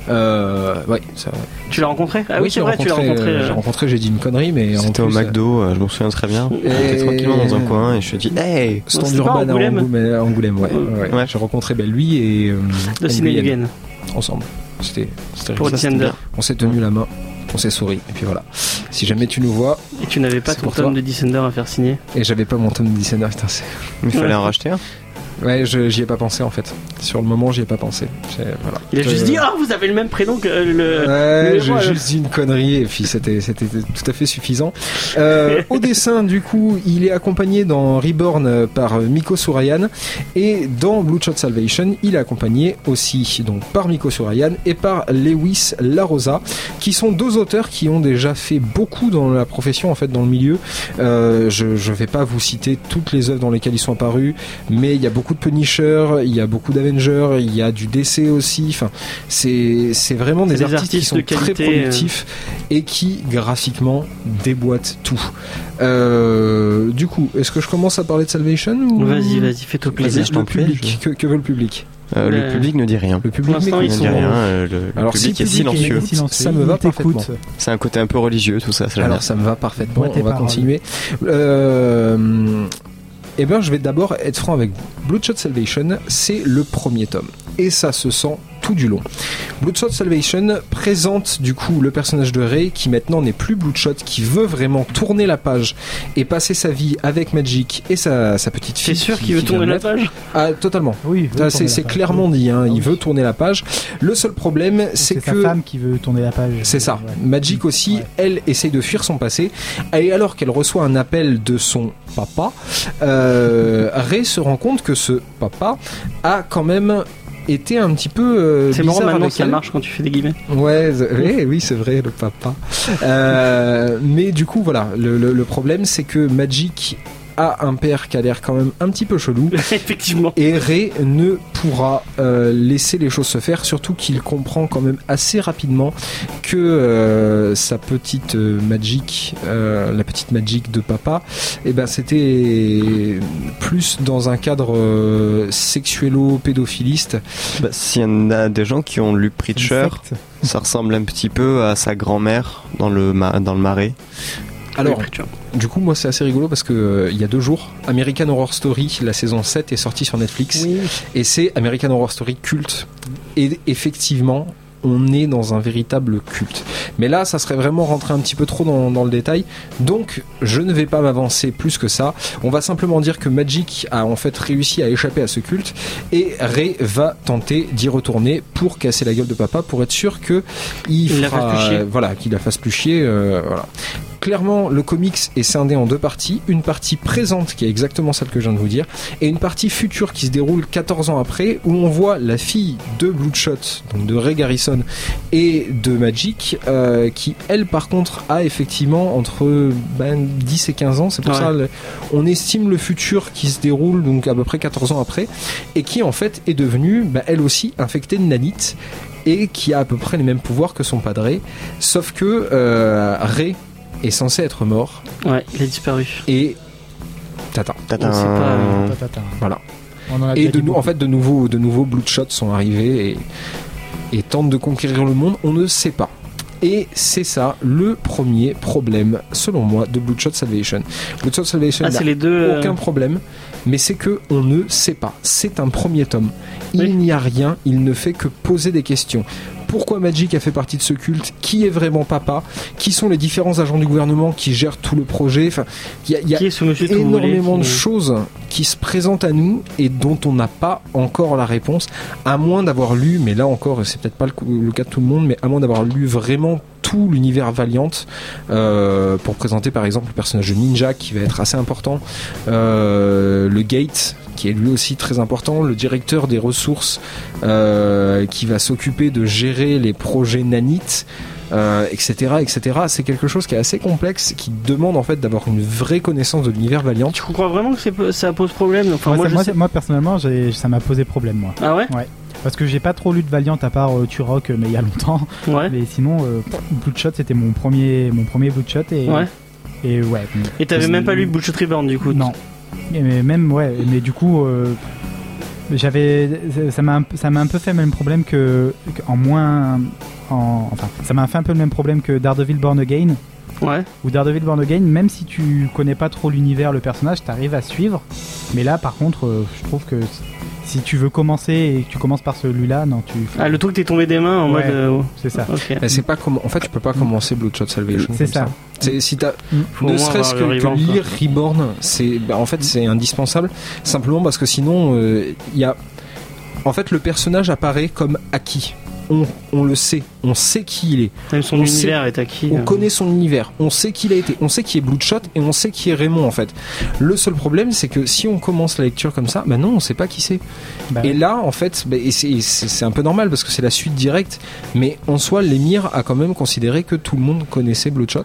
Speaker 3: Euh, ouais, ça-
Speaker 1: Tu l'as rencontré Ah oui,
Speaker 3: je
Speaker 1: c'est
Speaker 3: l'ai
Speaker 1: vrai, tu l'as rencontré.
Speaker 3: euh,
Speaker 1: euh,
Speaker 3: J'ai rencontré, j'ai dit une connerie, mais en
Speaker 2: C'était
Speaker 3: plus,
Speaker 2: au McDo, euh, je m'en souviens très bien.
Speaker 3: euh,
Speaker 2: J'étais
Speaker 3: et-
Speaker 2: tranquillement dans un coin et je me suis dit, hey
Speaker 3: Stand
Speaker 1: c'était pas
Speaker 3: Urban à
Speaker 1: Angoulême
Speaker 3: Angoulême, Angoulême, ouais.
Speaker 1: Ouais.
Speaker 3: ouais. J'ai rencontré ben, lui et euh,
Speaker 1: De
Speaker 3: Anne
Speaker 1: Sidney
Speaker 3: Nguyen
Speaker 1: Lugan
Speaker 3: ensemble. C'était c'était
Speaker 1: pour
Speaker 3: rigolo.
Speaker 1: Descender.
Speaker 3: On s'est tenu la main, on s'est souri et puis voilà. Si jamais tu nous vois
Speaker 1: Et tu n'avais pas
Speaker 3: C'est
Speaker 1: ton
Speaker 3: pour toi.
Speaker 1: tome de Descender à faire signer.
Speaker 3: et j'avais pas mon tome de Descender, putain, c'est
Speaker 2: Mais fallait en racheter un.
Speaker 3: Ouais, je- j'y ai pas pensé en fait. Sur le moment, j'y ai pas pensé. J'ai- Voilà.
Speaker 1: Il a juste
Speaker 3: Euh,
Speaker 1: dit Ah, vous avez le même prénom que euh, le.
Speaker 3: Ouais,
Speaker 1: le
Speaker 3: j'ai
Speaker 1: héros,
Speaker 3: juste dit une connerie et puis c'était c'était tout à fait suffisant. Euh, au dessin, du coup, il est accompagné dans Reborn euh, par euh, Miko Surayan et dans Bloodshot Salvation, il est accompagné aussi donc par Miko Surayan et par Lewis Larosa, qui sont deux auteurs qui ont déjà fait beaucoup dans la profession en fait dans le milieu. Euh, je je vais pas vous citer toutes les œuvres dans lesquelles ils sont apparus, mais il y a beaucoup de Punisher, il y a beaucoup d'Avengers, il y a du DC aussi. Enfin, c'est c'est vraiment
Speaker 1: C'est
Speaker 3: des, artistes, qui sont
Speaker 1: de qualité, euh.
Speaker 3: très productifs et qui graphiquement déboîtent tout. Euh, du coup, est-ce que je commence à parler de Salvation ou...
Speaker 1: Vas-y, vas-y, fais-toi plaisir.
Speaker 2: je
Speaker 3: Le
Speaker 2: t'en prie,
Speaker 3: public, que, que veut le public
Speaker 2: Euh,
Speaker 1: Ouais.
Speaker 2: le public ne dit rien.
Speaker 3: Le public
Speaker 1: l'instant,
Speaker 3: m'écoute.
Speaker 1: ils
Speaker 2: Il
Speaker 1: sont-
Speaker 2: ne dit rien. euh, le le
Speaker 3: Alors, si
Speaker 2: public
Speaker 3: le
Speaker 2: est
Speaker 3: public est
Speaker 2: silencieux.
Speaker 3: ça me va
Speaker 4: il t'écoute.
Speaker 3: parfaitement.
Speaker 2: C'est un côté un peu religieux, tout ça. ça j'aime
Speaker 3: Alors ça me va parfaitement,
Speaker 4: Bois tes
Speaker 3: on va
Speaker 4: paroles.
Speaker 3: continuer. Euh, eh bien, je vais d'abord être franc avec vous. Bloodshot Salvation, c'est le premier tome. Et ça se sent tout du long. Bloodshot Salvation présente du coup le personnage de Ray qui maintenant n'est plus Bloodshot, qui veut vraiment tourner la page et passer sa vie avec Magic et sa, sa petite
Speaker 1: T'es
Speaker 3: fille.
Speaker 1: sûr
Speaker 3: qui-
Speaker 1: qu'il veut
Speaker 3: qui
Speaker 1: tourner
Speaker 3: vient
Speaker 1: la
Speaker 3: de
Speaker 1: page
Speaker 3: naître. Ah, totalement.
Speaker 4: Oui,
Speaker 3: Ça, C'est c'est clairement dit, hein. il veut tourner la page. Le seul problème, c'est
Speaker 4: Ah C'est sa
Speaker 3: que.
Speaker 4: femme qui veut tourner la page.
Speaker 3: C'est ça.
Speaker 4: Ouais.
Speaker 3: Magic aussi,
Speaker 4: Ouais.
Speaker 3: elle essaye de fuir son passé. Et alors qu'elle reçoit un appel de son papa, euh, Ray se rend compte que ce papa a quand même été un petit peu euh,
Speaker 1: C'est marrant
Speaker 3: bizarre
Speaker 1: maintenant
Speaker 3: avec
Speaker 1: ça
Speaker 3: elle.
Speaker 1: marche quand tu fais des guillemets.
Speaker 3: Ouais, z- oui, oui, c'est vrai, le papa. Euh, mais du coup, voilà, le, le- le problème, c'est que Magic a un père qui a l'air quand même un petit peu chelou.
Speaker 1: Effectivement.
Speaker 3: Et Ray ne pourra euh, laisser les choses se faire, surtout qu'il comprend quand même assez rapidement que euh, sa petite euh, Magic, euh, la petite Magic de papa, eh ben c'était plus dans un cadre euh, sexuelo-pédophiliste.
Speaker 2: Bah, S'il y en a des gens qui ont lu Preacher,
Speaker 4: Insecte.
Speaker 2: ça ressemble un petit peu à sa grand-mère dans le, ma- dans le marais.
Speaker 3: Alors,
Speaker 1: Oui, tu vois.
Speaker 3: du coup, moi c'est assez rigolo parce que euh, il y a deux jours, American Horror Story, la saison 7 est sortie sur Netflix. Et c'est American Horror Story culte. Et effectivement, on est dans un véritable culte. Mais là, ça serait vraiment rentrer un petit peu trop dans, dans le détail. Donc, je ne vais pas m'avancer plus que ça. On va simplement dire que Magic a en fait réussi à échapper à ce culte. Et Ray va tenter d'y retourner pour casser la gueule de papa, pour être sûr que il,
Speaker 1: Il la
Speaker 3: fera- euh,
Speaker 1: fasse plus chier.
Speaker 3: Voilà, qu'il la fasse plus chier. euh, voilà. Clairement, le comics est scindé en deux parties. Une partie présente, qui est exactement celle que je viens de vous dire et une partie future qui se déroule 14 ans après où on voit la fille de Bloodshot, donc de Ray Garrison et de Magic, euh, qui elle par contre a effectivement entre ben, 10 et 15 ans, c'est pour
Speaker 1: Ouais.
Speaker 3: ça le- on estime le futur qui se déroule donc à peu près 14 ans après et qui en fait est devenue ben, elle aussi infectée de nanite et qui a à peu près les mêmes pouvoirs que son padré, sauf que euh, Ray est censé être mort
Speaker 1: Ouais, il a disparu.
Speaker 3: et Tata.
Speaker 2: Tadam.
Speaker 1: On sait pas, euh,
Speaker 4: Tatata.
Speaker 3: Voilà.
Speaker 4: On
Speaker 1: Ah,
Speaker 4: en a
Speaker 3: Et de,
Speaker 4: déjà dit
Speaker 3: nou- en
Speaker 4: beaucoup.
Speaker 3: fait, de nouveaux, de nouveaux Bloodshot sont arrivés et, et tentent de conquérir le monde, on ne sait pas. Et c'est ça le premier problème, selon moi, de Bloodshot Salvation. Bloodshot Salvation
Speaker 1: Ah,
Speaker 3: n'a
Speaker 1: c'est les deux. euh,
Speaker 3: aucun problème, mais c'est que on ne sait pas. C'est un premier tome. Il
Speaker 1: Oui.
Speaker 3: n'y a rien, il ne fait que poser des questions. Pourquoi Magic a fait partie de ce culte Qui est vraiment papa Qui sont les différents agents du gouvernement qui gèrent tout le projet Enfin, il y a- il y a
Speaker 1: Qui est ce monsieur tout roulé,
Speaker 3: énormément de
Speaker 1: qui-
Speaker 3: choses qui se présentent à nous et dont on n'a pas encore la réponse, à moins d'avoir lu, mais là encore, c'est peut-être pas le, cou- le cas de tout le monde, mais à moins d'avoir lu vraiment tout l'univers Valiant euh, pour présenter par exemple le personnage de Ninja qui va être assez important, euh, le Gate qui est lui aussi très important, le directeur des ressources euh, qui va s'occuper de gérer les projets nanites, euh, etc., etc. C'est quelque chose qui est assez complexe, qui demande en fait d'avoir une vraie connaissance de l'univers Valiant.
Speaker 1: Tu crois vraiment que c'est- ça pose problème Enfin,
Speaker 4: Ouais,
Speaker 1: moi,
Speaker 4: ça-
Speaker 1: je
Speaker 4: moi,
Speaker 1: sais.
Speaker 4: moi, personnellement, j'ai- ça m'a posé problème moi.
Speaker 1: Ah ouais
Speaker 4: Parce que j'ai pas trop lu de Valiant à part euh, Turok, euh, mais il y a longtemps.
Speaker 1: Ouais.
Speaker 4: Mais sinon, euh, Bloodshot c'était mon premier, mon premier Bloodshot et
Speaker 1: Ouais.
Speaker 4: et ouais. bon.
Speaker 1: Et t'avais même pas lu Bullshit Reborn du coup
Speaker 4: Non. Et Mais même ouais, mais du coup, euh, j'avais, ça m'a, un peu- ça m'a un peu fait le même problème que, en moins, en- enfin, ça m'a fait un peu le même problème que Daredevil Born Again.
Speaker 1: Ouais.
Speaker 4: ou Daredevil Born Again, même si tu connais pas trop l'univers, le personnage, t'arrives à suivre. Mais là, par contre, euh, je trouve que si- si tu veux commencer et que tu commences par celui-là, non, tu.
Speaker 1: Ah, le truc t'es tombé des mains en
Speaker 4: Ouais.
Speaker 1: mode. euh,
Speaker 4: C'est ça.
Speaker 1: ok.
Speaker 3: Mais c'est pas comme, en fait, tu peux pas commencer Bloodshot Salvation.
Speaker 4: C'est
Speaker 3: comme
Speaker 4: ça.
Speaker 3: C'est si t'as
Speaker 1: Faut au
Speaker 3: ne
Speaker 1: moins
Speaker 3: serait-ce que,
Speaker 1: avoir le
Speaker 3: que
Speaker 1: Reborn, quoi.
Speaker 3: lire Reborn, c'est bah, en fait c'est indispensable simplement parce que sinon euh, il y a en fait le personnage apparaît comme acquis. On, on le sait, on sait qui il est,
Speaker 1: Même son
Speaker 3: On
Speaker 1: univers est acquis.
Speaker 3: on
Speaker 1: euh.
Speaker 3: connaît son univers, on sait qui il a été, on sait qui est Bloodshot et on sait qui est Raymond en fait. Le seul problème c'est que si on commence la lecture comme ça, bah non, on sait pas qui c'est.
Speaker 4: Bah,
Speaker 3: Et là, en fait, bah, et c'est- et c'est c'est un peu normal parce que c'est la suite directe, mais en soi, l'émir a quand même considéré que tout le monde connaissait Bloodshot.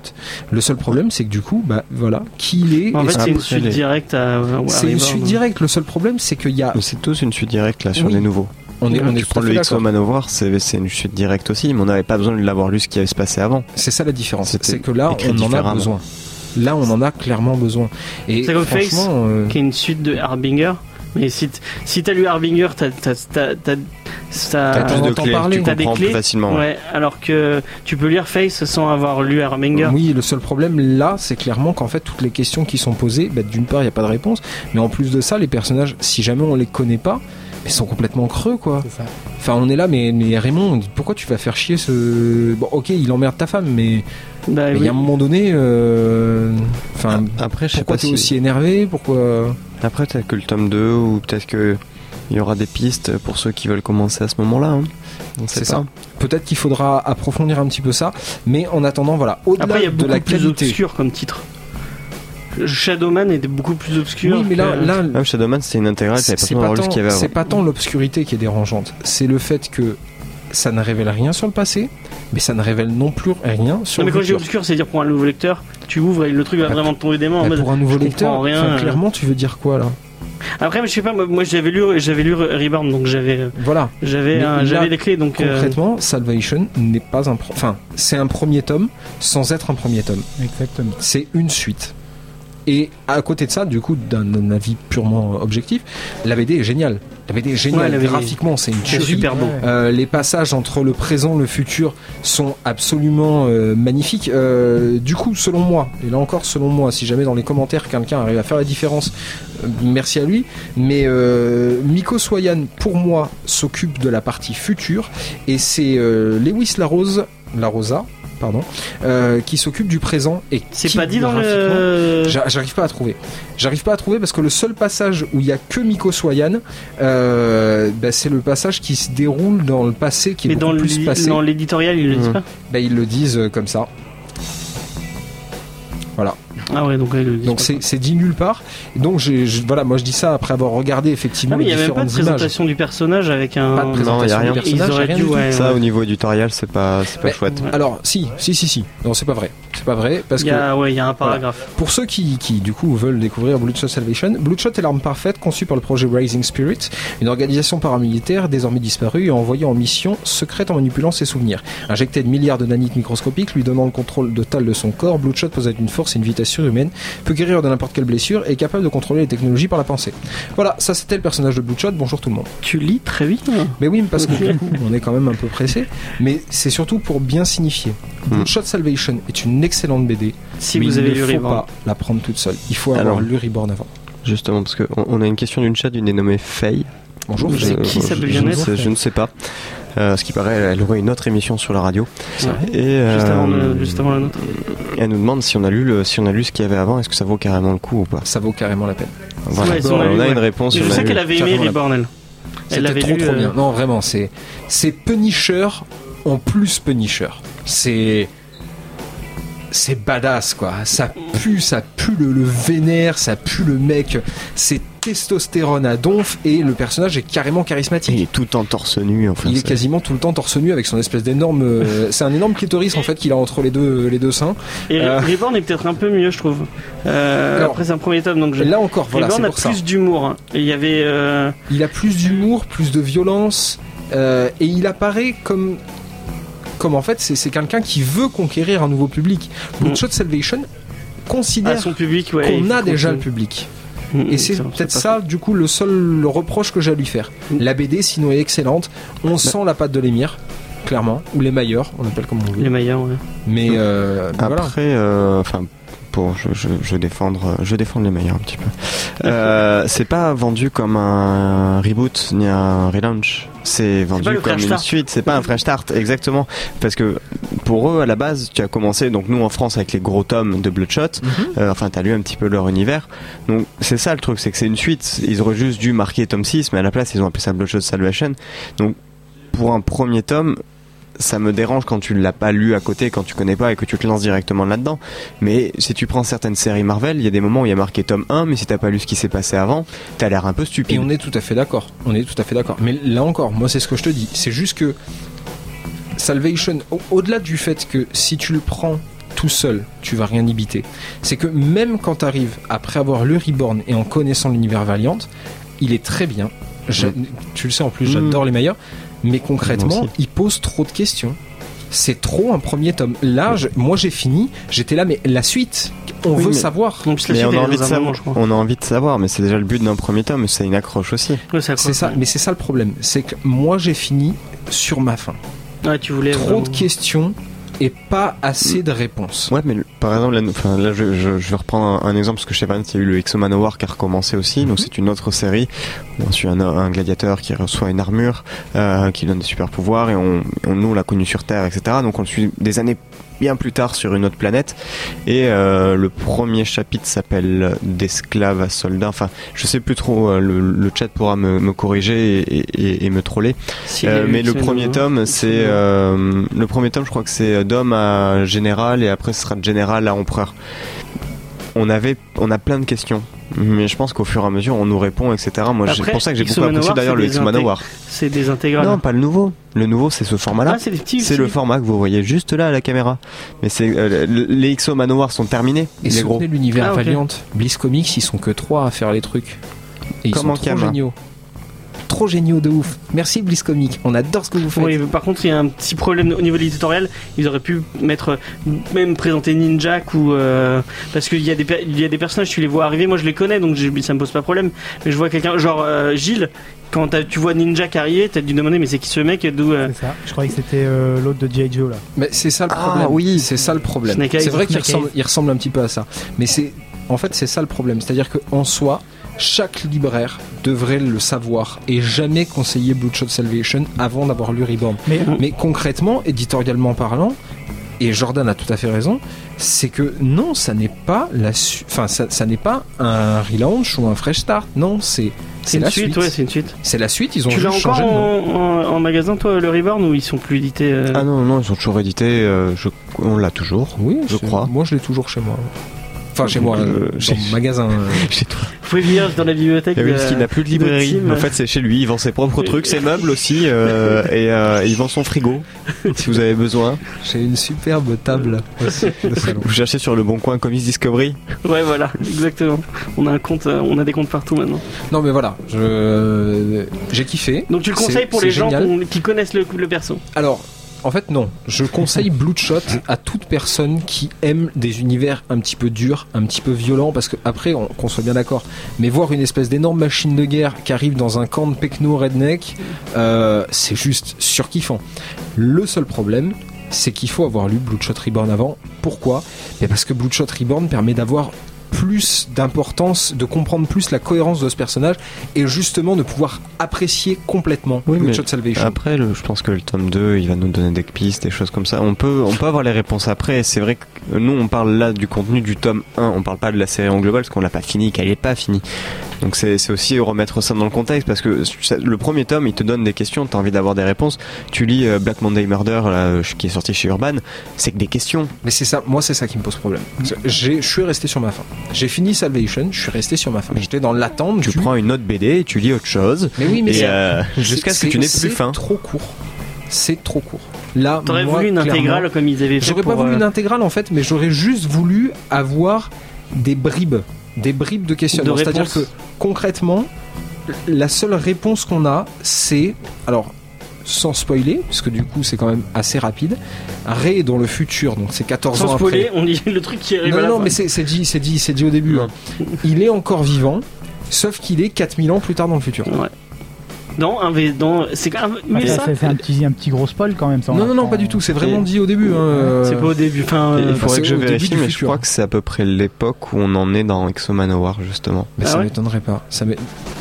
Speaker 3: Le seul problème, c'est que du coup, bah voilà, qui il est.
Speaker 1: En
Speaker 3: et
Speaker 1: fait, c'est une
Speaker 3: après,
Speaker 1: suite
Speaker 3: les-
Speaker 1: directe à. hein. à
Speaker 3: C'est une
Speaker 1: Reborn.
Speaker 3: suite directe. Le seul problème, c'est qu'il y a.
Speaker 2: Ah, Mais c'est tous une suite directe là sur
Speaker 3: Oui.
Speaker 2: les nouveaux.
Speaker 3: On est, on est
Speaker 2: tu
Speaker 3: tout à
Speaker 2: prends
Speaker 3: fait
Speaker 2: le
Speaker 3: d'accord.
Speaker 2: XO Manovoir, c'est c'est une suite directe aussi, mais on n'avait pas besoin de l'avoir lu ce qui avait se passé avant.
Speaker 3: C'est ça la différence.
Speaker 2: C'était
Speaker 3: C'est que là,
Speaker 2: écrit
Speaker 3: on en a
Speaker 2: différemment.
Speaker 3: besoin. Là, on en a clairement besoin. Et
Speaker 1: C'est comme Face.
Speaker 3: franchement, euh,
Speaker 1: qui est une suite de Harbinger. Mais si, t- si t'as lu Harbinger, t'as t'as- t'as- t'as-
Speaker 3: T'as
Speaker 1: t'as-
Speaker 3: plus Ah, on de- entend parler.
Speaker 2: tu
Speaker 1: T'as des
Speaker 2: comprends
Speaker 1: clés.
Speaker 2: plus facilement. ouais.
Speaker 1: Ouais, alors que tu peux lire Face sans avoir lu Harbinger.
Speaker 3: Oui, le seul problème là, c'est clairement qu'en fait, toutes les questions qui sont posées, bah, d'une part, il n'y a pas de réponse, mais en plus de ça, les personnages, si jamais on les connaît pas, ils sont complètement creux, quoi.
Speaker 4: c'est ça.
Speaker 3: Enfin, on est là, mais, mais Raymond, on dit, pourquoi tu vas faire chier ce. Bon, ok, il emmerde ta femme, mais
Speaker 1: Bah
Speaker 3: mais il
Speaker 1: oui.
Speaker 3: y a un moment donné. euh, Enfin,
Speaker 2: Après, Ah, je sais
Speaker 3: pourquoi
Speaker 2: pas
Speaker 3: t'es
Speaker 2: si.
Speaker 3: aussi énervé Pourquoi.
Speaker 2: Après, peut-être que le tome 2 ou peut-être que il y aura des pistes pour ceux qui veulent commencer à ce moment-là. hein. On sait
Speaker 3: C'est
Speaker 2: pas.
Speaker 3: ça. Peut-être qu'il faudra approfondir un petit peu ça, mais en attendant, voilà,
Speaker 1: Après, il y a
Speaker 3: au-delà de
Speaker 1: beaucoup
Speaker 3: la
Speaker 1: plus
Speaker 3: qualité.
Speaker 1: obscur comme titre. Shadowman est beaucoup plus obscur.
Speaker 3: Oui, mais là,
Speaker 1: que-
Speaker 3: là,
Speaker 2: Même Shadowman, c'est une intégrale, t'avais pas
Speaker 3: c'est
Speaker 2: besoin
Speaker 3: pas,
Speaker 2: d'avoir lu ce
Speaker 3: tant,
Speaker 2: qu'il y avait avant.
Speaker 3: c'est pas tant l'obscurité qui est dérangeante, c'est le fait que ça ne révèle rien sur le passé, mais ça ne révèle non plus rien sur
Speaker 1: Non, mais
Speaker 3: le
Speaker 1: quand je dis
Speaker 3: futur.
Speaker 1: obscur, c'est dire pour un nouveau lecteur, tu ouvres et le truc va
Speaker 3: Bah,
Speaker 1: vraiment te tomber des mains en
Speaker 3: Bah,
Speaker 1: mode.
Speaker 3: pour un nouveau
Speaker 1: je
Speaker 3: lecteur,
Speaker 1: comprends rien,
Speaker 3: enfin,
Speaker 1: euh.
Speaker 3: clairement, tu veux dire quoi là
Speaker 1: Après, je sais pas, moi, moi, j'avais lu, j'avais lu Reborn, donc j'avais,
Speaker 3: Voilà,
Speaker 1: j'avais,
Speaker 3: Mais
Speaker 1: un-
Speaker 3: là,
Speaker 1: j'avais les clés, donc. euh,
Speaker 3: concrètement, Salvation n'est pas un, pro- enfin, c'est un premier tome sans être un premier tome.
Speaker 4: Exactement.
Speaker 3: c'est une suite. Et à côté de ça, du coup, d'un- d'un avis purement objectif, la BD est géniale. La BD est géniale
Speaker 1: Ouais, la BD.
Speaker 3: graphiquement, c'est une
Speaker 1: C'est
Speaker 3: tuerie.
Speaker 1: super beau.
Speaker 4: Ouais.
Speaker 3: Euh, les passages entre le présent le futur sont absolument euh, magnifiques. Euh, du coup, selon moi, et là encore selon moi, si jamais dans les commentaires quelqu'un arrive à faire la différence, euh, merci à lui. Mais euh, Miko Soyan, pour moi, s'occupe de la partie future et c'est euh, Lewis Larose, Larosa, pardon, euh, qui s'occupe du présent et
Speaker 1: C'est
Speaker 3: qui,
Speaker 1: pas dit dans
Speaker 3: graphiquement,
Speaker 1: le.
Speaker 3: J'a- J'arrive pas à trouver. J'arrive pas à trouver parce que le seul passage où il y a que Miko Soyan, euh, bah, c'est le passage qui se déroule dans le passé, qui est
Speaker 1: Mais dans
Speaker 3: beaucoup
Speaker 1: le-
Speaker 3: plus passé.
Speaker 1: dans l'éditorial, ils le disent
Speaker 2: Mhm.
Speaker 1: pas.
Speaker 3: Bah, ils le disent euh, comme ça.
Speaker 1: Ah ouais, donc là, ils le disent
Speaker 3: Donc
Speaker 1: pas.
Speaker 3: c'est c'est dit nulle part. Donc j'ai- je- voilà, moi je dis ça après avoir regardé effectivement
Speaker 1: Ah, mais il
Speaker 3: les
Speaker 1: y a même pas de
Speaker 3: différentes images.
Speaker 1: présentation du personnage avec un.
Speaker 3: Pas
Speaker 2: Non,
Speaker 3: de
Speaker 2: y a
Speaker 3: présentation
Speaker 2: rien.
Speaker 3: du personnage,
Speaker 1: Ils auraient
Speaker 3: rien
Speaker 1: dû,
Speaker 3: du tout.
Speaker 1: ouais.
Speaker 2: Ça, au niveau éditorial, c'est pas, c'est pas
Speaker 3: Mais-
Speaker 2: chouette.
Speaker 3: Alors si, si, si, si. Non, c'est pas vrai. C'est pas vrai parce
Speaker 1: Il y
Speaker 3: que
Speaker 1: a, ouais, il y a un paragraphe.
Speaker 3: Pour ceux qui, qui, du coup veulent découvrir Bloodshot Salvation, Bloodshot est l'arme parfaite conçue par le projet Rising Spirit, une organisation paramilitaire désormais disparue et envoyée en mission secrète en manipulant ses souvenirs. Injecté de milliards de nanites microscopiques, lui donnant le contrôle total de son corps, Bloodshot possède une force et une vitesse surhumaines, peut guérir de n'importe quelle blessure et est capable de contrôler les technologies par la pensée. Voilà, ça c'était le personnage de Bloodshot, bonjour tout le monde.
Speaker 1: Tu lis très vite. hein.
Speaker 3: Mais oui, parce que du coup, on est quand même un peu pressé, mais c'est surtout pour bien signifier.
Speaker 2: Hmm.
Speaker 3: Bloodshot Salvation est une excellente BD
Speaker 1: Si
Speaker 3: mais
Speaker 1: vous avez
Speaker 3: il ne
Speaker 1: lu
Speaker 3: faut
Speaker 1: Reborn.
Speaker 3: pas la prendre toute seule. Il faut avoir
Speaker 2: Alors.
Speaker 3: lu Reborn avant.
Speaker 2: Justement, parce qu'on on a une question d'une chat, d'une est nommée Faye.
Speaker 3: Bonjour.
Speaker 1: Je-
Speaker 3: Faye.
Speaker 1: qui ça
Speaker 2: je-
Speaker 1: peut
Speaker 2: je
Speaker 1: bien
Speaker 2: ne
Speaker 1: être
Speaker 2: sais- Je ne sais pas. Euh, ce qui paraît, elle, elle aurait une autre émission sur la radio.
Speaker 1: Ouais.
Speaker 2: Et euh,
Speaker 1: Juste avant, le- juste avant la nôtre.
Speaker 2: elle nous demande si on a lu, le, si on a lu ce qu'il y avait avant, est-ce que ça vaut carrément le coup ou pas
Speaker 3: Ça vaut carrément la peine.
Speaker 2: Voilà.
Speaker 1: Ouais, si
Speaker 2: on,
Speaker 1: on a lu,
Speaker 2: a
Speaker 1: ouais.
Speaker 2: une réponse.
Speaker 1: Je
Speaker 2: on a
Speaker 1: sais
Speaker 2: lu.
Speaker 1: qu'elle avait aimé
Speaker 3: Carrément, là.
Speaker 1: Reborn, elle. Elle
Speaker 3: C'était
Speaker 1: avait
Speaker 3: trop
Speaker 1: lu,
Speaker 3: trop
Speaker 1: euh,
Speaker 3: bien. Non, vraiment, c'est c'est Punisher en plus Punisher. C'est c'est badass quoi. Ça pue, ça pue le, le vénère, ça pue le mec. C'est testostérone à donf et le personnage est carrément
Speaker 2: Il
Speaker 3: charismatique.
Speaker 2: est tout en torse nu. Enfin,
Speaker 3: Il est
Speaker 2: c'est-
Speaker 3: quasiment tout le temps torse nu avec son espèce d'énorme. euh, c'est un énorme clitoris en fait qu'il a entre les deux les deux seins.
Speaker 1: Et
Speaker 3: Euh.
Speaker 1: Reborn est peut-être un peu mieux, je trouve. Euh,
Speaker 3: Alors.
Speaker 1: après, c'est un premier tome, donc je.
Speaker 3: Là encore, voilà, c'est
Speaker 1: Reborn a
Speaker 3: pour ça.
Speaker 1: plus d'humour. hein. Et Il y avait. euh,
Speaker 3: Il a plus d'humour, plus de violence, euh, et il apparaît comme. Comme en fait, c'est c'est quelqu'un qui veut conquérir un nouveau public. Bloodshot Salvation
Speaker 1: à
Speaker 3: considère
Speaker 1: son public, ouais. Mm. Ah, il
Speaker 3: qu'on
Speaker 1: faut
Speaker 3: a
Speaker 1: qu'on-
Speaker 3: déjà le public.
Speaker 1: Mm,
Speaker 3: Et c'est
Speaker 1: ça,
Speaker 3: peut-être
Speaker 1: pas-
Speaker 3: ça, du coup, le seul le reproche que j'ai à lui faire.
Speaker 1: Mm. Bah.
Speaker 3: La BD, sinon, est excellente. On sent la patte de l'émir. clairement, ou les mailleurs, on appelle comme on veut.
Speaker 1: Les maillards, ouais.
Speaker 3: Mais, euh, mais
Speaker 2: Après,
Speaker 3: voilà.
Speaker 2: euh, enfin, pour je, je, je défendre, euh, je défends les meilleurs un petit peu. Euh, c'est pas vendu comme un reboot ni un relaunch. C'est
Speaker 1: pas
Speaker 2: vendu
Speaker 1: le
Speaker 2: comme
Speaker 1: fresh
Speaker 2: une
Speaker 1: start.
Speaker 2: suite. C'est pas un fresh start, exactement. Parce que pour eux, à la base, tu as commencé. Donc nous, en France, avec les gros tomes de Bloodshot.
Speaker 1: Mhm.
Speaker 2: euh, enfin, t'as lu un petit peu leur univers. Donc c'est ça le truc, c'est que c'est une suite. Ils auraient juste dû marquer tome 6, mais à la place, ils ont appelé ça Bloodshot Salvation. Donc pour un premier tome, ça me dérange quand tu l'as pas lu à côté, quand tu connais pas et que tu te lances directement là-dedans. Mais si tu prends certaines séries Marvel, il y a des moments où il y a marqué tome 1, mais si t'as pas lu ce qui s'est passé avant, t'as l'air un peu
Speaker 3: Et
Speaker 2: stupide.
Speaker 3: on est tout à fait d'accord. On est tout à fait d'accord. Mais là encore, moi c'est ce que je te dis. C'est juste que Salvation, au- au-delà du fait que si tu le prends tout seul, tu vas rien hibiter. C'est que même quand t'arrives après avoir le Reborn et en connaissant l'univers Valiant, il est très bien. J'a- Tu le sais en plus,
Speaker 2: Mm.
Speaker 3: j'adore les meilleurs. Mais
Speaker 2: Moi
Speaker 3: concrètement,
Speaker 2: aussi.
Speaker 3: il pose trop de questions. C'est trop un premier tome. Là, je- moi j'ai fini, j'étais là, mais la suite, on
Speaker 2: Mm. Oui,
Speaker 3: veut
Speaker 2: mais-
Speaker 3: savoir.
Speaker 1: Donc, puisque la
Speaker 2: Mais
Speaker 1: suite
Speaker 2: on
Speaker 1: est
Speaker 2: a envie de
Speaker 1: dans un moment,
Speaker 2: savoir.
Speaker 1: je crois.
Speaker 2: On a envie de savoir, mais c'est déjà le but d'un premier tome. C'est une accroche aussi.
Speaker 1: Ouais, c'est
Speaker 3: C'est
Speaker 1: accroche,
Speaker 3: ça, mais c'est ça le problème. C'est que moi j'ai fini sur ma fin.
Speaker 1: Ouais, Ouais, tu voulais.
Speaker 3: Trop
Speaker 1: vraiment-
Speaker 3: de questions et pas assez de réponses.
Speaker 2: Ouais, mais le- par exemple, là, nous- enfin, là je, je, je vais reprendre un, un exemple parce que je sais pas, il y a eu le Exo Manowar qui a recommencé aussi, donc c'est une autre série. où On suit un, un gladiateur qui reçoit une armure euh, qui donne des super pouvoirs et on, on nous on l'a connu sur Terre, etc. Donc on le suit des années bien plus tard sur une autre planète et euh, le premier chapitre s'appelle d'esclaves à soldats. Enfin, je sais plus trop. euh, le, le chat pourra me, me corriger et, et- et- et me troller.
Speaker 1: Si,
Speaker 2: Euh,
Speaker 1: il y a eu
Speaker 2: mais le
Speaker 1: Xenon,
Speaker 2: premier
Speaker 1: hein.
Speaker 2: tome, c'est euh, le premier tome, je crois que c'est euh, d'homme à général et après ce sera de général à empereur. On avait, on a plein de questions, mais je pense qu'au fur et à mesure, on nous répond, etc. Moi, c'est
Speaker 1: Après,
Speaker 2: pour ça que j'ai
Speaker 1: X
Speaker 2: beaucoup apprécié
Speaker 1: Manowar,
Speaker 2: d'ailleurs
Speaker 1: c'est
Speaker 2: le
Speaker 1: des
Speaker 2: X Manowar.
Speaker 1: C'est des intégrales.
Speaker 2: Non, pas le nouveau. Le nouveau, c'est ce format-là.
Speaker 1: ah, c'est des petits.
Speaker 2: C'est
Speaker 1: aussi.
Speaker 2: le format que vous voyez juste là à la caméra. Mais c'est euh, le- les XO Manowar sont terminés.
Speaker 3: Et
Speaker 2: les gros.
Speaker 3: soutenez l'univers
Speaker 1: Ah, ok.
Speaker 3: Valiant. Bliss Comics, ils sont que trois à faire les trucs. Et ils
Speaker 2: Comme en hein.
Speaker 3: sont trop
Speaker 2: Kama.
Speaker 3: géniaux. Trop géniaux de ouf. Merci Bliss Comics, on adore ce que vous faites.
Speaker 1: Oui, mais par contre, il y a un petit problème au niveau de l'éditorial. Ils auraient pu mettre, même présenter Ninjak ou. euh, parce qu'il y, a des per- il y a des personnages, tu les vois arriver, moi je les connais donc j'ai- ça me pose pas problème. Mais je vois quelqu'un, genre euh, Gilles, quand t'as- tu vois Ninjak arriver, t'as dû demander mais c'est qui ce mec et d'où. euh,
Speaker 4: C'est ça. Je croyais que c'était euh, l'autre de G.I. Joe là.
Speaker 3: Mais c'est ça le
Speaker 2: Ah,
Speaker 3: problème.
Speaker 2: oui.
Speaker 3: c'est ça le problème.
Speaker 1: Snake Eyes,
Speaker 3: C'est vrai qu'il
Speaker 4: Snake
Speaker 3: ressemble,
Speaker 4: Eyes.
Speaker 3: il ressemble un petit peu à ça. Mais c'est, en fait, c'est ça le problème. C'est-à-dire que en soi, chaque libraire devrait le savoir et jamais conseiller Bloodshot Salvation avant d'avoir lu Reborn.
Speaker 4: Mais
Speaker 3: Mais concrètement, éditorialement parlant, et Jordan a tout à fait raison, c'est que non, ça n'est pas la, su- enfin, ça, ça n'est pas un relaunch ou un fresh start. Non, c'est
Speaker 1: c'est
Speaker 3: c'est
Speaker 1: une
Speaker 3: la
Speaker 1: suite,
Speaker 3: suite.
Speaker 1: ouais, c'est une suite.
Speaker 3: C'est la suite. Ils ont
Speaker 1: Tu l'as
Speaker 3: juste
Speaker 1: encore
Speaker 3: changé de nom.
Speaker 1: en, en- en magasin, toi, le Reborn, ou ils sont plus édités euh,
Speaker 2: Ah non, non, ils sont toujours édités. euh, je- on l'a toujours.
Speaker 3: Oui,
Speaker 2: Je
Speaker 3: c'est-
Speaker 2: crois.
Speaker 3: Moi, je l'ai toujours chez moi. Enfin, chez
Speaker 2: Euh,
Speaker 3: moi, euh,
Speaker 2: chez-
Speaker 3: dans mon magasin. euh.
Speaker 2: Chez toi.
Speaker 1: Vous pouvez venir dans la bibliothèque.
Speaker 2: Et oui, parce
Speaker 1: de-
Speaker 2: qu'il n'a plus de
Speaker 1: de
Speaker 2: librairie.
Speaker 1: Tim.
Speaker 2: En fait, c'est chez lui. Il vend ses propres trucs, ses meubles aussi, euh, et euh, il vend son frigo si vous avez besoin.
Speaker 3: J'ai une superbe table aussi de salon.
Speaker 2: Vous cherchez sur le bon coin Comics Discovery.
Speaker 1: Ouais, voilà, exactement. On a un compte, euh, on a des comptes partout maintenant.
Speaker 3: Non, mais voilà, je- j'ai kiffé.
Speaker 1: Donc tu le
Speaker 3: C'est-
Speaker 1: conseilles pour
Speaker 3: c'est
Speaker 1: les gens
Speaker 3: génial.
Speaker 1: qu'on- qui connaissent le, le perso.
Speaker 3: Alors, en fait, non. Je conseille Bloodshot à toute personne qui aime des univers un petit peu durs, un petit peu violents, parce que après, on- qu'on soit bien d'accord, mais voir une espèce d'énorme machine de guerre qui arrive dans un camp de Pecno Redneck, euh, c'est juste surkiffant. Le seul problème, c'est qu'il faut avoir lu Bloodshot Reborn avant. Pourquoi Mais Parce que Bloodshot Reborn permet d'avoir plus d'importance, de comprendre plus la cohérence de ce personnage et justement de pouvoir apprécier complètement
Speaker 2: Oui, mais
Speaker 3: Bloodshot Salvation.
Speaker 2: Après, le- je pense que le tome 2, il va nous donner des pistes, des choses comme ça. On peut, on peut avoir les réponses après. C'est vrai que euh, nous, on parle là du contenu du tome 1. On parle pas de la série en global parce qu'on l'a pas fini, qu'elle est pas finie. Donc c'est c'est aussi remettre ça dans le contexte parce que ça- le premier tome, il te donne des questions, t'as envie d'avoir des réponses. Tu lis euh, Black Monday Murder, là, euh, qui est sorti chez Urban, c'est que des questions.
Speaker 3: Mais c'est ça, moi c'est ça qui me pose problème. Parce que j'ai- Je suis resté sur ma fin. J'ai fini Salvation, je suis resté sur ma fin. J'étais dans l'attente
Speaker 2: Tu
Speaker 3: du.
Speaker 2: prends une autre BD, tu lis autre chose,
Speaker 3: Mais oui, mais
Speaker 2: et
Speaker 3: c'est-
Speaker 2: euh,
Speaker 3: c'est-
Speaker 2: jusqu'à ce que
Speaker 3: c'est-
Speaker 2: tu n'aies
Speaker 3: c'est
Speaker 2: plus faim.
Speaker 3: trop court. C'est trop court. Là,
Speaker 1: T'aurais
Speaker 3: moi,
Speaker 1: voulu une
Speaker 3: clairement,
Speaker 1: intégrale comme ils avaient fait
Speaker 3: J'aurais
Speaker 1: pour.
Speaker 3: pas voulu
Speaker 1: euh,
Speaker 3: une intégrale en fait, mais j'aurais juste voulu avoir des bribes, des bribes de questionnement.
Speaker 1: De
Speaker 3: C'est-à-dire que
Speaker 1: réponses.
Speaker 3: concrètement, la seule réponse qu'on a, c'est alors sans spoiler, parce que du coup c'est quand même assez rapide. Ray est dans le futur, donc c'est 14 ans
Speaker 1: Sans
Speaker 3: après.
Speaker 1: spoiler, on dit le truc qui arrive
Speaker 3: Non,
Speaker 1: à la
Speaker 3: non,
Speaker 1: fin.
Speaker 3: mais c'est c'est dit, c'est dit, c'est dit au début. hein. Il est encore vivant, sauf qu'il est 4000 ans plus tard dans le futur.
Speaker 1: Ouais. dans un V- dans c'est quand même- mais
Speaker 4: Enfin,
Speaker 1: ça
Speaker 4: Ah, ça, c'est un petit, un petit gros spoil quand même. ça, hein. on
Speaker 3: Non, non, non,
Speaker 4: apprend-
Speaker 3: pas du tout. C'est vraiment
Speaker 2: Et-
Speaker 3: dit au début. hein,
Speaker 1: c'est
Speaker 3: euh,
Speaker 1: pas au début enfin
Speaker 2: Et
Speaker 1: euh,
Speaker 2: il faudrait
Speaker 3: c'est
Speaker 2: que je
Speaker 3: au début
Speaker 2: vérifie,
Speaker 3: du
Speaker 2: mais je
Speaker 3: futur.
Speaker 2: crois que c'est à peu près l'époque où on en est dans Exo Manowar, justement.
Speaker 3: mais
Speaker 1: Ah
Speaker 3: ça
Speaker 1: ouais
Speaker 3: m'étonnerait pas. Ça m'é-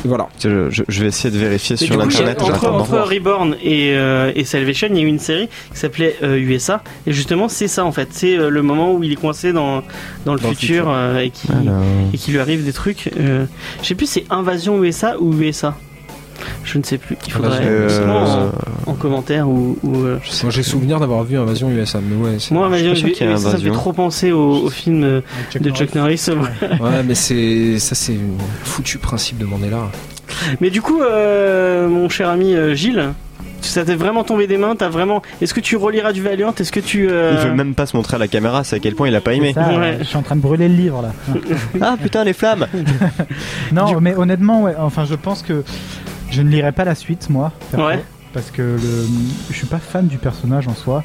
Speaker 3: Voilà.
Speaker 2: Je, je- je vais essayer de vérifier
Speaker 1: Mais
Speaker 2: sur
Speaker 1: du coup, il y a-
Speaker 2: l'internet. en
Speaker 1: entre,
Speaker 2: attendant.
Speaker 1: entre Reborn et, euh, et Salvation, il y a eu une série qui s'appelait euh, USA. Et justement, c'est ça en fait. C'est euh, le moment où il est coincé dans, dans le
Speaker 3: Dans le
Speaker 1: futur
Speaker 3: futur.
Speaker 1: euh, et, qui,
Speaker 2: Alors,
Speaker 1: et qui lui arrive des trucs. euh, je sais plus, c'est Invasion USA ou USA Je ne sais plus. Il faudrait
Speaker 3: Invasion
Speaker 2: euh,
Speaker 1: justement, en, en commentaire ou. ou, euh,
Speaker 3: Moi, j'ai souvenir d'avoir vu Invasion USA, mais ouais. c'est-
Speaker 1: Moi, Invasion
Speaker 2: sûr qu'il y a
Speaker 1: USA, ça me fait
Speaker 2: Invasion.
Speaker 1: trop penser au, au film euh, de Chuck Norris. euh,
Speaker 3: Ouais, mais c'est ça, c'est le foutu principe de Mandela.
Speaker 1: Mais du coup, euh, mon cher ami euh, Gilles. Ça t'est vraiment tombé des mains, t'as vraiment. Est-ce que tu reliras du Valiant Est-ce que tu. euh,
Speaker 2: Il veut même pas se montrer à la caméra, c'est à quel point il a pas aimé.
Speaker 4: Ça,
Speaker 1: Ouais.
Speaker 4: Je suis en train de brûler le livre là.
Speaker 2: Ah putain, les flammes
Speaker 4: Non, mais honnêtement, ouais, enfin, je pense que je ne lirai pas la suite, moi. perso,
Speaker 1: Ouais.
Speaker 4: Parce que le, je suis pas fan du personnage en soi,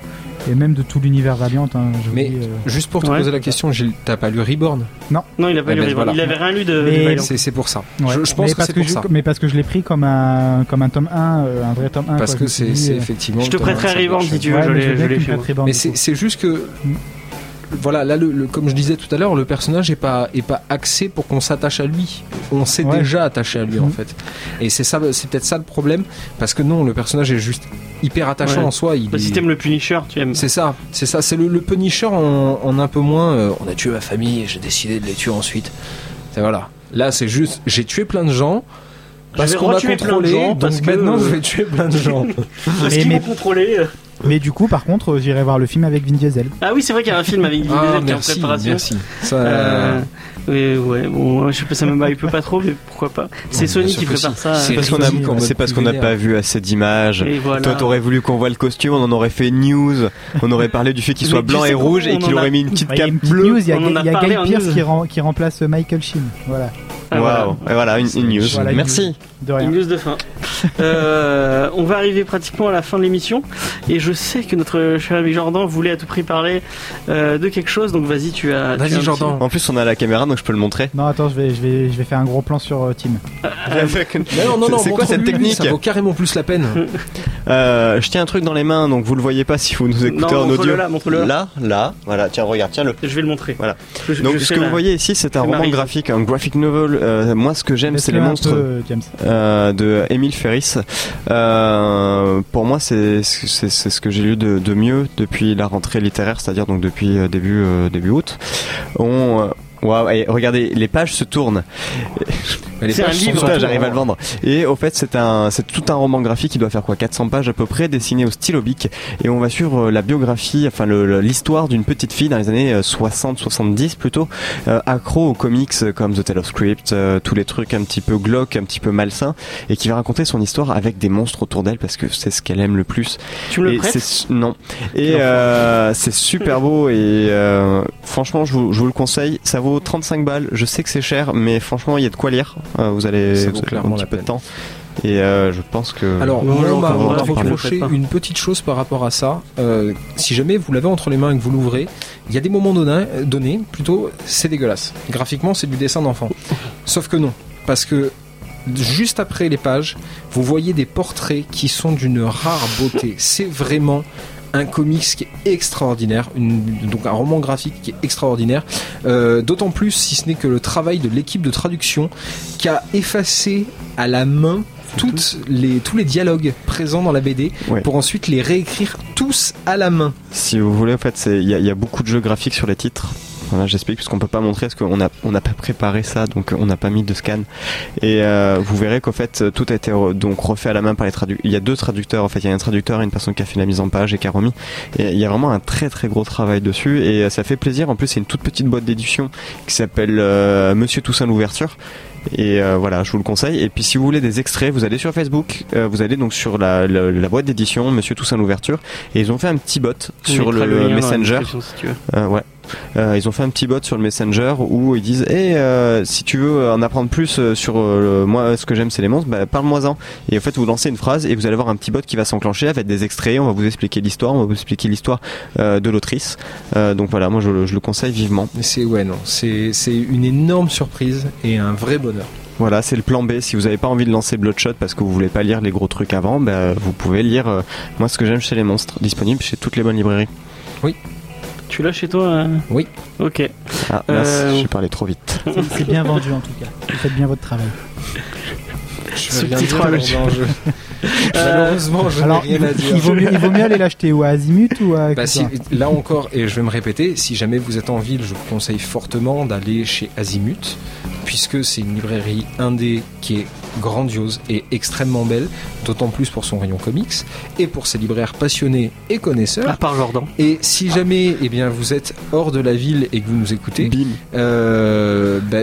Speaker 4: et même de tout l'univers Valiant. hein, je vous
Speaker 3: Mais-
Speaker 4: dis, euh,
Speaker 3: Juste pour te
Speaker 1: Ouais.
Speaker 3: poser la question, Gilles, t'as pas lu Reborn
Speaker 1: Non, il a pas
Speaker 3: Eh
Speaker 1: lu
Speaker 3: ben,
Speaker 1: Reborn.
Speaker 3: voilà.
Speaker 1: Il avait rien lu de, de
Speaker 4: Mais-
Speaker 1: Valiant.
Speaker 3: C'est c'est pour ça.
Speaker 4: ouais.
Speaker 3: Je, je pense
Speaker 4: mais
Speaker 3: que
Speaker 4: parce
Speaker 3: c'est pour
Speaker 4: je,
Speaker 3: ça.
Speaker 4: Mais parce que je l'ai pris comme un, comme un tome 1, euh, un vrai tome 1.
Speaker 3: Parce
Speaker 4: quoi, je
Speaker 3: que
Speaker 4: me suis
Speaker 3: c'est
Speaker 4: dit,
Speaker 3: c'est
Speaker 4: euh,
Speaker 3: effectivement.
Speaker 1: Je te prêterai
Speaker 3: Thomas
Speaker 1: Reborn
Speaker 3: Sandberg.
Speaker 1: si tu veux,
Speaker 4: ouais,
Speaker 1: je
Speaker 4: mais
Speaker 1: l'ai-
Speaker 4: veux
Speaker 1: je
Speaker 4: bien
Speaker 1: l'ai
Speaker 4: que tu
Speaker 1: fait,
Speaker 4: me
Speaker 1: moi.
Speaker 4: prêtes Reborn,
Speaker 3: Mais
Speaker 4: du
Speaker 3: c'est
Speaker 4: coup.
Speaker 3: c'est juste que. Voilà, là, le, le- comme je disais tout à l'heure, le personnage est pas, est pas axé pour qu'on s'attache à lui. On s'est
Speaker 4: Ouais.
Speaker 3: déjà attaché à lui, en
Speaker 4: Mhm.
Speaker 3: fait. Et c'est ça, c'est peut-être ça le problème. Parce que non, le personnage est juste hyper attachant
Speaker 1: Ouais.
Speaker 3: en soi. Il
Speaker 1: Bah, si
Speaker 3: est-
Speaker 1: t'aimes le Punisher, tu aimes.
Speaker 3: C'est ça, c'est ça, c'est le, le Punisher en, en un peu moins. euh, on a tué ma famille et j'ai décidé de les tuer ensuite. Et voilà. Là, c'est juste, j'ai tué plein de gens.
Speaker 1: Je
Speaker 3: Parce
Speaker 1: vais
Speaker 3: qu'on m'a
Speaker 1: retuer plein de
Speaker 3: contrôlé,
Speaker 1: gens,
Speaker 3: donc
Speaker 1: parce que- euh,
Speaker 3: maintenant je vais tuer plein de gens.
Speaker 1: Parce
Speaker 4: Mais-
Speaker 1: qu'ils
Speaker 4: mais-
Speaker 1: m'ont contrôlé. euh.
Speaker 4: Mais du coup, par contre, euh, j'irai voir le film avec Vin Diesel.
Speaker 1: Ah oui, c'est vrai qu'il y a un film avec Vin
Speaker 3: Ah,
Speaker 1: Diesel qui est en
Speaker 3: merci,
Speaker 1: préparation.
Speaker 3: merci. Ça,
Speaker 1: Euh, oui, ouais, bon, je sais pas, ça me hype pas trop, mais pourquoi pas. C'est
Speaker 3: bien
Speaker 1: Sony
Speaker 3: sûr
Speaker 1: qui
Speaker 3: que
Speaker 1: prépare
Speaker 3: si.
Speaker 1: ça. euh,
Speaker 3: C'est-
Speaker 2: Parce qu'on a-
Speaker 3: Ridley Scott en
Speaker 2: C'est
Speaker 3: mode
Speaker 2: parce qu'on n'a
Speaker 3: vénère.
Speaker 2: pas vu assez d'images.
Speaker 1: Et voilà.
Speaker 2: Toi, t'aurais voulu qu'on voit le costume, on en aurait fait une news, on aurait parlé du fait qu'il
Speaker 1: Mais
Speaker 2: soit
Speaker 1: tu
Speaker 2: blanc
Speaker 1: sais
Speaker 2: et
Speaker 1: quoi,
Speaker 2: rouge et
Speaker 1: on
Speaker 2: qu'il
Speaker 1: en a-
Speaker 2: aurait mis une petite
Speaker 4: Il y a
Speaker 2: cape
Speaker 4: une petite
Speaker 2: bleue.
Speaker 4: news, il y a,
Speaker 1: on en a
Speaker 4: il y a
Speaker 1: parlé
Speaker 4: Guy
Speaker 1: en
Speaker 4: Pierce
Speaker 1: news.
Speaker 4: qui, rem- qui remplace Michael Sheen. Voilà,
Speaker 1: Ah, voilà.
Speaker 2: Waouh, et voilà, une, une news.
Speaker 4: Voilà, une
Speaker 2: Merci.
Speaker 4: de rien.
Speaker 1: Une news de fin. Euh, on va arriver pratiquement à la fin de l'émission et je sais que notre cher ami Jordan voulait à tout prix parler euh, de quelque chose, donc vas-y, tu as. tu as bah, un
Speaker 3: Vas-y,
Speaker 1: petit-
Speaker 3: Jordan.
Speaker 2: En plus, on a la caméra, donc je peux le montrer.
Speaker 4: Non, attends, je vais, je vais, je vais faire un gros plan sur euh, Tim.
Speaker 1: Ah,
Speaker 3: Mais non, non, non,
Speaker 2: C'est quoi cette
Speaker 3: montre-lui,
Speaker 2: technique
Speaker 3: Ça vaut carrément plus la peine.
Speaker 2: Euh, je tiens un truc dans les mains, donc vous le voyez pas si vous nous écoutez
Speaker 1: Non,
Speaker 2: en
Speaker 1: montre-le
Speaker 2: audio.
Speaker 1: là, montre-le là.
Speaker 2: là, là, voilà, tiens, regarde, tiens le.
Speaker 1: Je vais le montrer.
Speaker 2: Voilà.
Speaker 1: Je- je-
Speaker 2: Donc,
Speaker 1: je
Speaker 2: ce
Speaker 1: fais
Speaker 2: que
Speaker 1: la-
Speaker 2: vous voyez ici, c'est
Speaker 1: c'est
Speaker 2: un roman
Speaker 1: Marie.
Speaker 2: graphique, un graphic novel. Euh, moi, ce que j'aime, c'est
Speaker 4: Laisse-le
Speaker 2: les
Speaker 4: un
Speaker 2: monstres.
Speaker 4: peu, euh, James.
Speaker 2: euh, de Émile Ferris. Euh, pour moi, c'est c'est c'est ce que j'ai lu de, de mieux depuis la rentrée littéraire, c'est-à-dire donc depuis euh, début euh, début août. On euh, waouh, et regardez, les pages se tournent.
Speaker 3: Mais les
Speaker 1: C'est un
Speaker 3: pages sont
Speaker 1: livre.
Speaker 3: sur
Speaker 2: Putain,
Speaker 3: toi,
Speaker 2: j'arrive à le
Speaker 3: hein.
Speaker 2: vendre. Et au fait, c'est un, c'est tout un roman graphique qui doit faire quoi, 400 pages à peu près, dessiné au stylo bic. Et on va suivre euh, la biographie, enfin le- le- l'histoire d'une petite fille dans les années 60-70 plutôt, euh, accro aux comics euh, comme The Tale of Script, euh, tous les trucs un petit peu glauques, un petit peu malsains, et qui va raconter son histoire avec des monstres autour d'elle parce que c'est ce qu'elle aime le plus.
Speaker 1: Tu me le
Speaker 2: Et
Speaker 1: prêtes
Speaker 2: c'est su- non. Et euh, c'est super beau et euh, franchement, je vous, je vous le conseille. Ça vaut 35 balles. Je sais que c'est cher, mais franchement, il y a de quoi lire. Euh, vous allez
Speaker 3: Ça vaut
Speaker 2: vous avez
Speaker 3: clairement
Speaker 2: un petit
Speaker 3: la
Speaker 2: peu de
Speaker 3: peine.
Speaker 2: temps. Et euh, je pense que
Speaker 3: Alors,
Speaker 1: Non,
Speaker 3: moi,
Speaker 1: non,
Speaker 3: on m'a
Speaker 1: encore,
Speaker 3: on m'a
Speaker 1: on va en
Speaker 3: reproché
Speaker 1: parler.
Speaker 3: une petite chose par rapport à ça. Euh, si jamais vous l'avez entre les mains et que vous l'ouvrez, il y a des moments donnés, euh, donnés, plutôt, c'est dégueulasse. Graphiquement, c'est du dessin d'enfant. Sauf que non, parce que juste après les pages, vous voyez des portraits qui sont d'une rare beauté. C'est vraiment un comics qui est extraordinaire, une- donc un roman graphique qui est extraordinaire. Euh, D'autant plus si ce n'est que le travail de l'équipe de traduction qui a effacé à la main toutes les, tous les dialogues présents dans la BD
Speaker 2: Ouais.
Speaker 3: pour ensuite les réécrire tous à la main.
Speaker 2: si vous voulez, en fait, c'est- il y, a- il y a beaucoup de jeux graphiques sur les titres. Voilà, j'explique parce qu'on peut pas montrer parce qu'on a on n'a pas préparé ça, donc euh, on n'a pas mis de scan. Et euh, vous verrez qu'en fait, tout a été re- donc refait à la main par les traducteurs. Il y a deux traducteurs en fait. Il y a un traducteur et une personne qui a fait la mise en page et qui a remis. Et il y a vraiment un très très gros travail dessus et euh, ça fait plaisir. En plus, c'est une toute petite boîte d'édition qui s'appelle euh, Monsieur Toussaint l'ouverture. Et euh, voilà, je vous le conseille. Et puis si vous voulez des extraits, vous allez sur Facebook, euh, vous allez donc sur la, la, la boîte d'édition Monsieur Toussaint l'ouverture. Et ils ont fait un petit bot
Speaker 1: On
Speaker 2: sur
Speaker 1: mettra
Speaker 2: le,
Speaker 1: lien dans la
Speaker 2: Messenger.
Speaker 1: description, si tu veux.
Speaker 2: Euh, ouais. Euh, ils ont fait un petit bot sur le Messenger où ils disent Eh, euh, si tu veux en apprendre plus euh, sur euh, le- moi euh, ce que j'aime c'est les monstres, bah, parle-moi-en. Et en fait vous lancez une phrase et vous allez avoir un petit bot qui va s'enclencher avec des extraits, on va vous expliquer l'histoire, on va vous expliquer l'histoire euh, de l'autrice. Euh, donc voilà, moi je, le- je le conseille vivement.
Speaker 3: Mais c'est ouais non, c'est c'est une énorme surprise et un vrai bonheur.
Speaker 2: Voilà, c'est le plan B. Si vous n'avez pas envie de lancer Bloodshot parce que vous voulez pas lire les gros trucs avant, bah, vous pouvez lire euh, Moi ce que j'aime chez les monstres, disponible chez toutes les bonnes librairies.
Speaker 1: Tu l'as chez toi euh
Speaker 3: Oui.
Speaker 1: Ok.
Speaker 2: Ah, mince,
Speaker 1: Euh,
Speaker 2: j'ai parlé trop vite.
Speaker 4: C'est- C'est bien vendu en tout cas. Vous faites bien votre travail.
Speaker 3: Je
Speaker 1: Ce
Speaker 3: veux rien
Speaker 1: petit
Speaker 3: dire
Speaker 1: troll.
Speaker 3: dans un jeu.
Speaker 1: Euh,
Speaker 3: Malheureusement, je n'ai
Speaker 4: Alors, il,
Speaker 3: rien à dire.
Speaker 4: il vaut mieux, il vaut mieux aller l'acheter ou à Azimut ou à.
Speaker 3: Bah, si-
Speaker 4: Copain.
Speaker 3: là encore, et je vais me répéter, si jamais vous êtes en ville, je vous conseille fortement d'aller chez Azimut, puisque c'est une librairie indé qui est grandiose et extrêmement belle, d'autant plus pour son rayon comics et pour ses libraires passionnés et
Speaker 1: à
Speaker 3: connaisseurs.
Speaker 1: part Jordan.
Speaker 3: Et si jamais eh bien, vous êtes hors de la ville et que vous nous écoutez,
Speaker 2: Bim.
Speaker 3: euh, bah,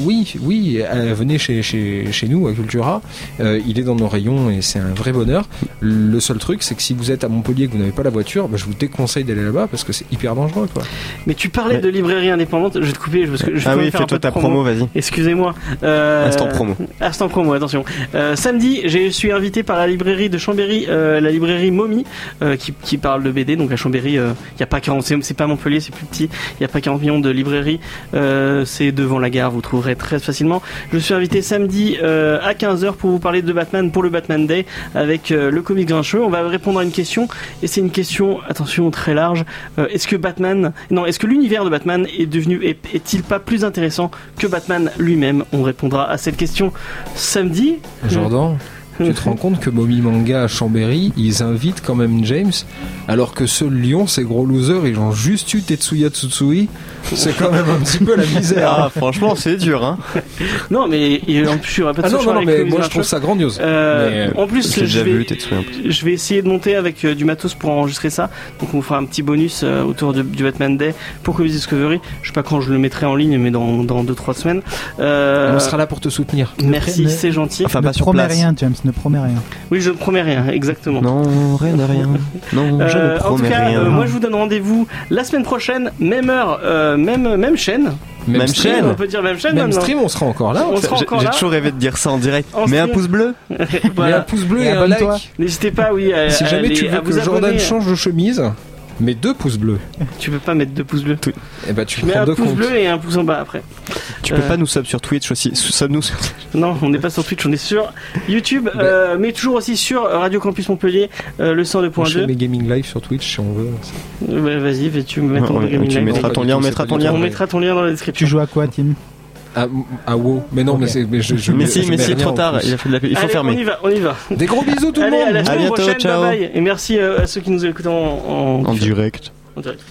Speaker 3: oui, oui, euh, venez chez, chez, chez nous à Cultura. Euh, il est dans nos rayons et c'est un vrai bonheur. Le seul truc, c'est que si vous êtes à Montpellier et que vous n'avez pas la voiture, bah, je vous déconseille d'aller là-bas parce que c'est hyper dangereux. Quoi.
Speaker 1: Mais tu parlais
Speaker 2: Mais-
Speaker 1: de librairie indépendante. Je vais te couper parce que je
Speaker 2: Ah
Speaker 1: peux
Speaker 2: oui,
Speaker 1: faire un peu
Speaker 2: fais-toi
Speaker 1: de
Speaker 2: ta promo, vas-y.
Speaker 1: Excusez-moi. Euh,
Speaker 2: Instant promo.
Speaker 1: Instant promo, attention. Euh, samedi, je suis invité par la librairie de Chambéry, euh, la librairie Momie, euh, qui, qui parle de BD. Donc à Chambéry, il n'y a pas 40, c'est c'est pas Montpellier, c'est plus petit. Il n'y a pas 40 millions de librairies. Euh, c'est devant la gare, vous trouverez très facilement. Je suis invité samedi euh, à 15h pour vous parler de Batman pour le Batman Day avec euh, le comic grincheux. On va répondre à une question et c'est une question, attention, très large. Euh, est-ce que Batman, non, est-ce que l'univers de Batman est devenu, est- est-il pas plus intéressant que Batman lui-même On répondra à cette question samedi.
Speaker 3: Jordan,
Speaker 1: Mm.
Speaker 3: tu te rends compte que Mommy Manga à Chambéry, ils invitent quand même James, alors que ce Lyon, ces gros losers, ils ont juste eu Tetsuya Tsutsui. C'est quand même un petit peu la misère.
Speaker 2: Ah, franchement, c'est dur, hein.
Speaker 1: Non, mais il- en plus, il y aura pas de
Speaker 3: Ah non,
Speaker 1: solution
Speaker 3: non, non,
Speaker 1: avec
Speaker 3: mais
Speaker 1: le
Speaker 3: moi je
Speaker 1: Grincheux.
Speaker 3: trouve ça grandiose.
Speaker 1: Euh,
Speaker 3: Mais,
Speaker 1: en plus,
Speaker 2: je l'ai
Speaker 1: je
Speaker 2: déjà vu,
Speaker 1: vais,
Speaker 2: Tetsuya, en plus.
Speaker 1: je vais essayer de monter avec euh, du matos pour enregistrer ça. Donc, on vous fera un petit bonus euh, autour de- du Batman Day pour Comics Discovery. Je sais pas quand je le mettrai en ligne, mais dans 2-3 semaines. Euh,
Speaker 3: On sera là pour te soutenir.
Speaker 1: Merci,
Speaker 4: Mais-
Speaker 1: c'est gentil.
Speaker 2: Enfin,
Speaker 4: ne
Speaker 2: pas sur
Speaker 4: promets
Speaker 2: place.
Speaker 4: rien, James, ne promets rien.
Speaker 1: Oui, je ne promets rien, exactement.
Speaker 2: Non, rien de rien. Non, je
Speaker 1: Euh,
Speaker 2: ne
Speaker 1: en tout
Speaker 2: promets
Speaker 1: cas,
Speaker 2: rien.
Speaker 1: euh, moi je vous donne rendez-vous la semaine prochaine, même heure, euh, même, même chaîne.
Speaker 2: Même Oh,
Speaker 3: stream,
Speaker 2: chaîne.
Speaker 1: On peut dire même chaîne
Speaker 3: Même
Speaker 1: maintenant.
Speaker 3: stream, on sera encore là.
Speaker 1: on sera
Speaker 2: J'ai-
Speaker 1: encore
Speaker 2: J'ai
Speaker 1: là.
Speaker 2: toujours rêvé de dire ça en direct.
Speaker 1: En
Speaker 2: Mais un
Speaker 1: stream.
Speaker 2: pouce bleu
Speaker 3: Mais un
Speaker 1: Voilà.
Speaker 3: pouce bleu
Speaker 4: Et
Speaker 3: et, un
Speaker 4: abonne-toi.
Speaker 3: like.
Speaker 1: N'hésitez pas, oui, à,
Speaker 3: Si
Speaker 1: à
Speaker 3: jamais
Speaker 1: aller-
Speaker 3: tu
Speaker 1: à
Speaker 3: veux
Speaker 1: vous
Speaker 3: que Jordan
Speaker 1: abonner.
Speaker 3: change de chemise, mais deux pouces bleus,
Speaker 1: Tu peux pas mettre deux pouces bleus.
Speaker 3: et bah tu
Speaker 1: Mais
Speaker 3: prends
Speaker 1: un
Speaker 3: deux
Speaker 1: pouce
Speaker 3: comptes.
Speaker 1: bleu et un pouce en bas après.
Speaker 2: Tu peux
Speaker 1: Euh.
Speaker 2: pas nous sub sur Twitch aussi. Sub-nous sur
Speaker 1: Non, on n'est pas sur Twitch, on est sur YouTube,
Speaker 2: Ben.
Speaker 1: euh, mais toujours aussi sur Radio Campus Montpellier, euh, le
Speaker 3: On fait
Speaker 1: 102.2.
Speaker 3: mes gaming live sur Twitch si on veut.
Speaker 1: Euh, bah, Vas-y, fais- tu me mets
Speaker 2: Ouais,
Speaker 1: ton
Speaker 2: on-
Speaker 1: gaming
Speaker 2: tu
Speaker 1: live.
Speaker 2: mettras
Speaker 3: Non,
Speaker 2: ton
Speaker 3: pas
Speaker 2: lien,
Speaker 3: du
Speaker 2: on
Speaker 3: tout,
Speaker 2: mettra
Speaker 3: c'est pas
Speaker 2: ton
Speaker 3: du tout.
Speaker 1: On
Speaker 2: lien.
Speaker 3: Ouais.
Speaker 1: mettra ton lien dans la
Speaker 4: Tu
Speaker 1: description.
Speaker 4: joues à quoi, Tim
Speaker 3: À, à Ah, WoW. Mais non,
Speaker 4: Ok.
Speaker 3: mais, c'est- mais je, je
Speaker 2: Mais
Speaker 3: mets-
Speaker 2: si,
Speaker 3: je
Speaker 2: mais
Speaker 3: mets
Speaker 2: si,
Speaker 3: rien
Speaker 2: trop
Speaker 3: en
Speaker 2: tard.
Speaker 3: plus.
Speaker 2: Il, a fait de la- il faut
Speaker 1: Allez, on
Speaker 2: fermer.
Speaker 1: y va, on y va.
Speaker 3: Des gros bisous tout le
Speaker 1: Allez, à
Speaker 3: monde.
Speaker 1: la semaine
Speaker 2: bientôt,
Speaker 1: prochaine,
Speaker 2: ciao.
Speaker 1: bye bye. Et merci euh, à ceux qui nous écoutent en, en-
Speaker 2: En direct.
Speaker 1: en direct.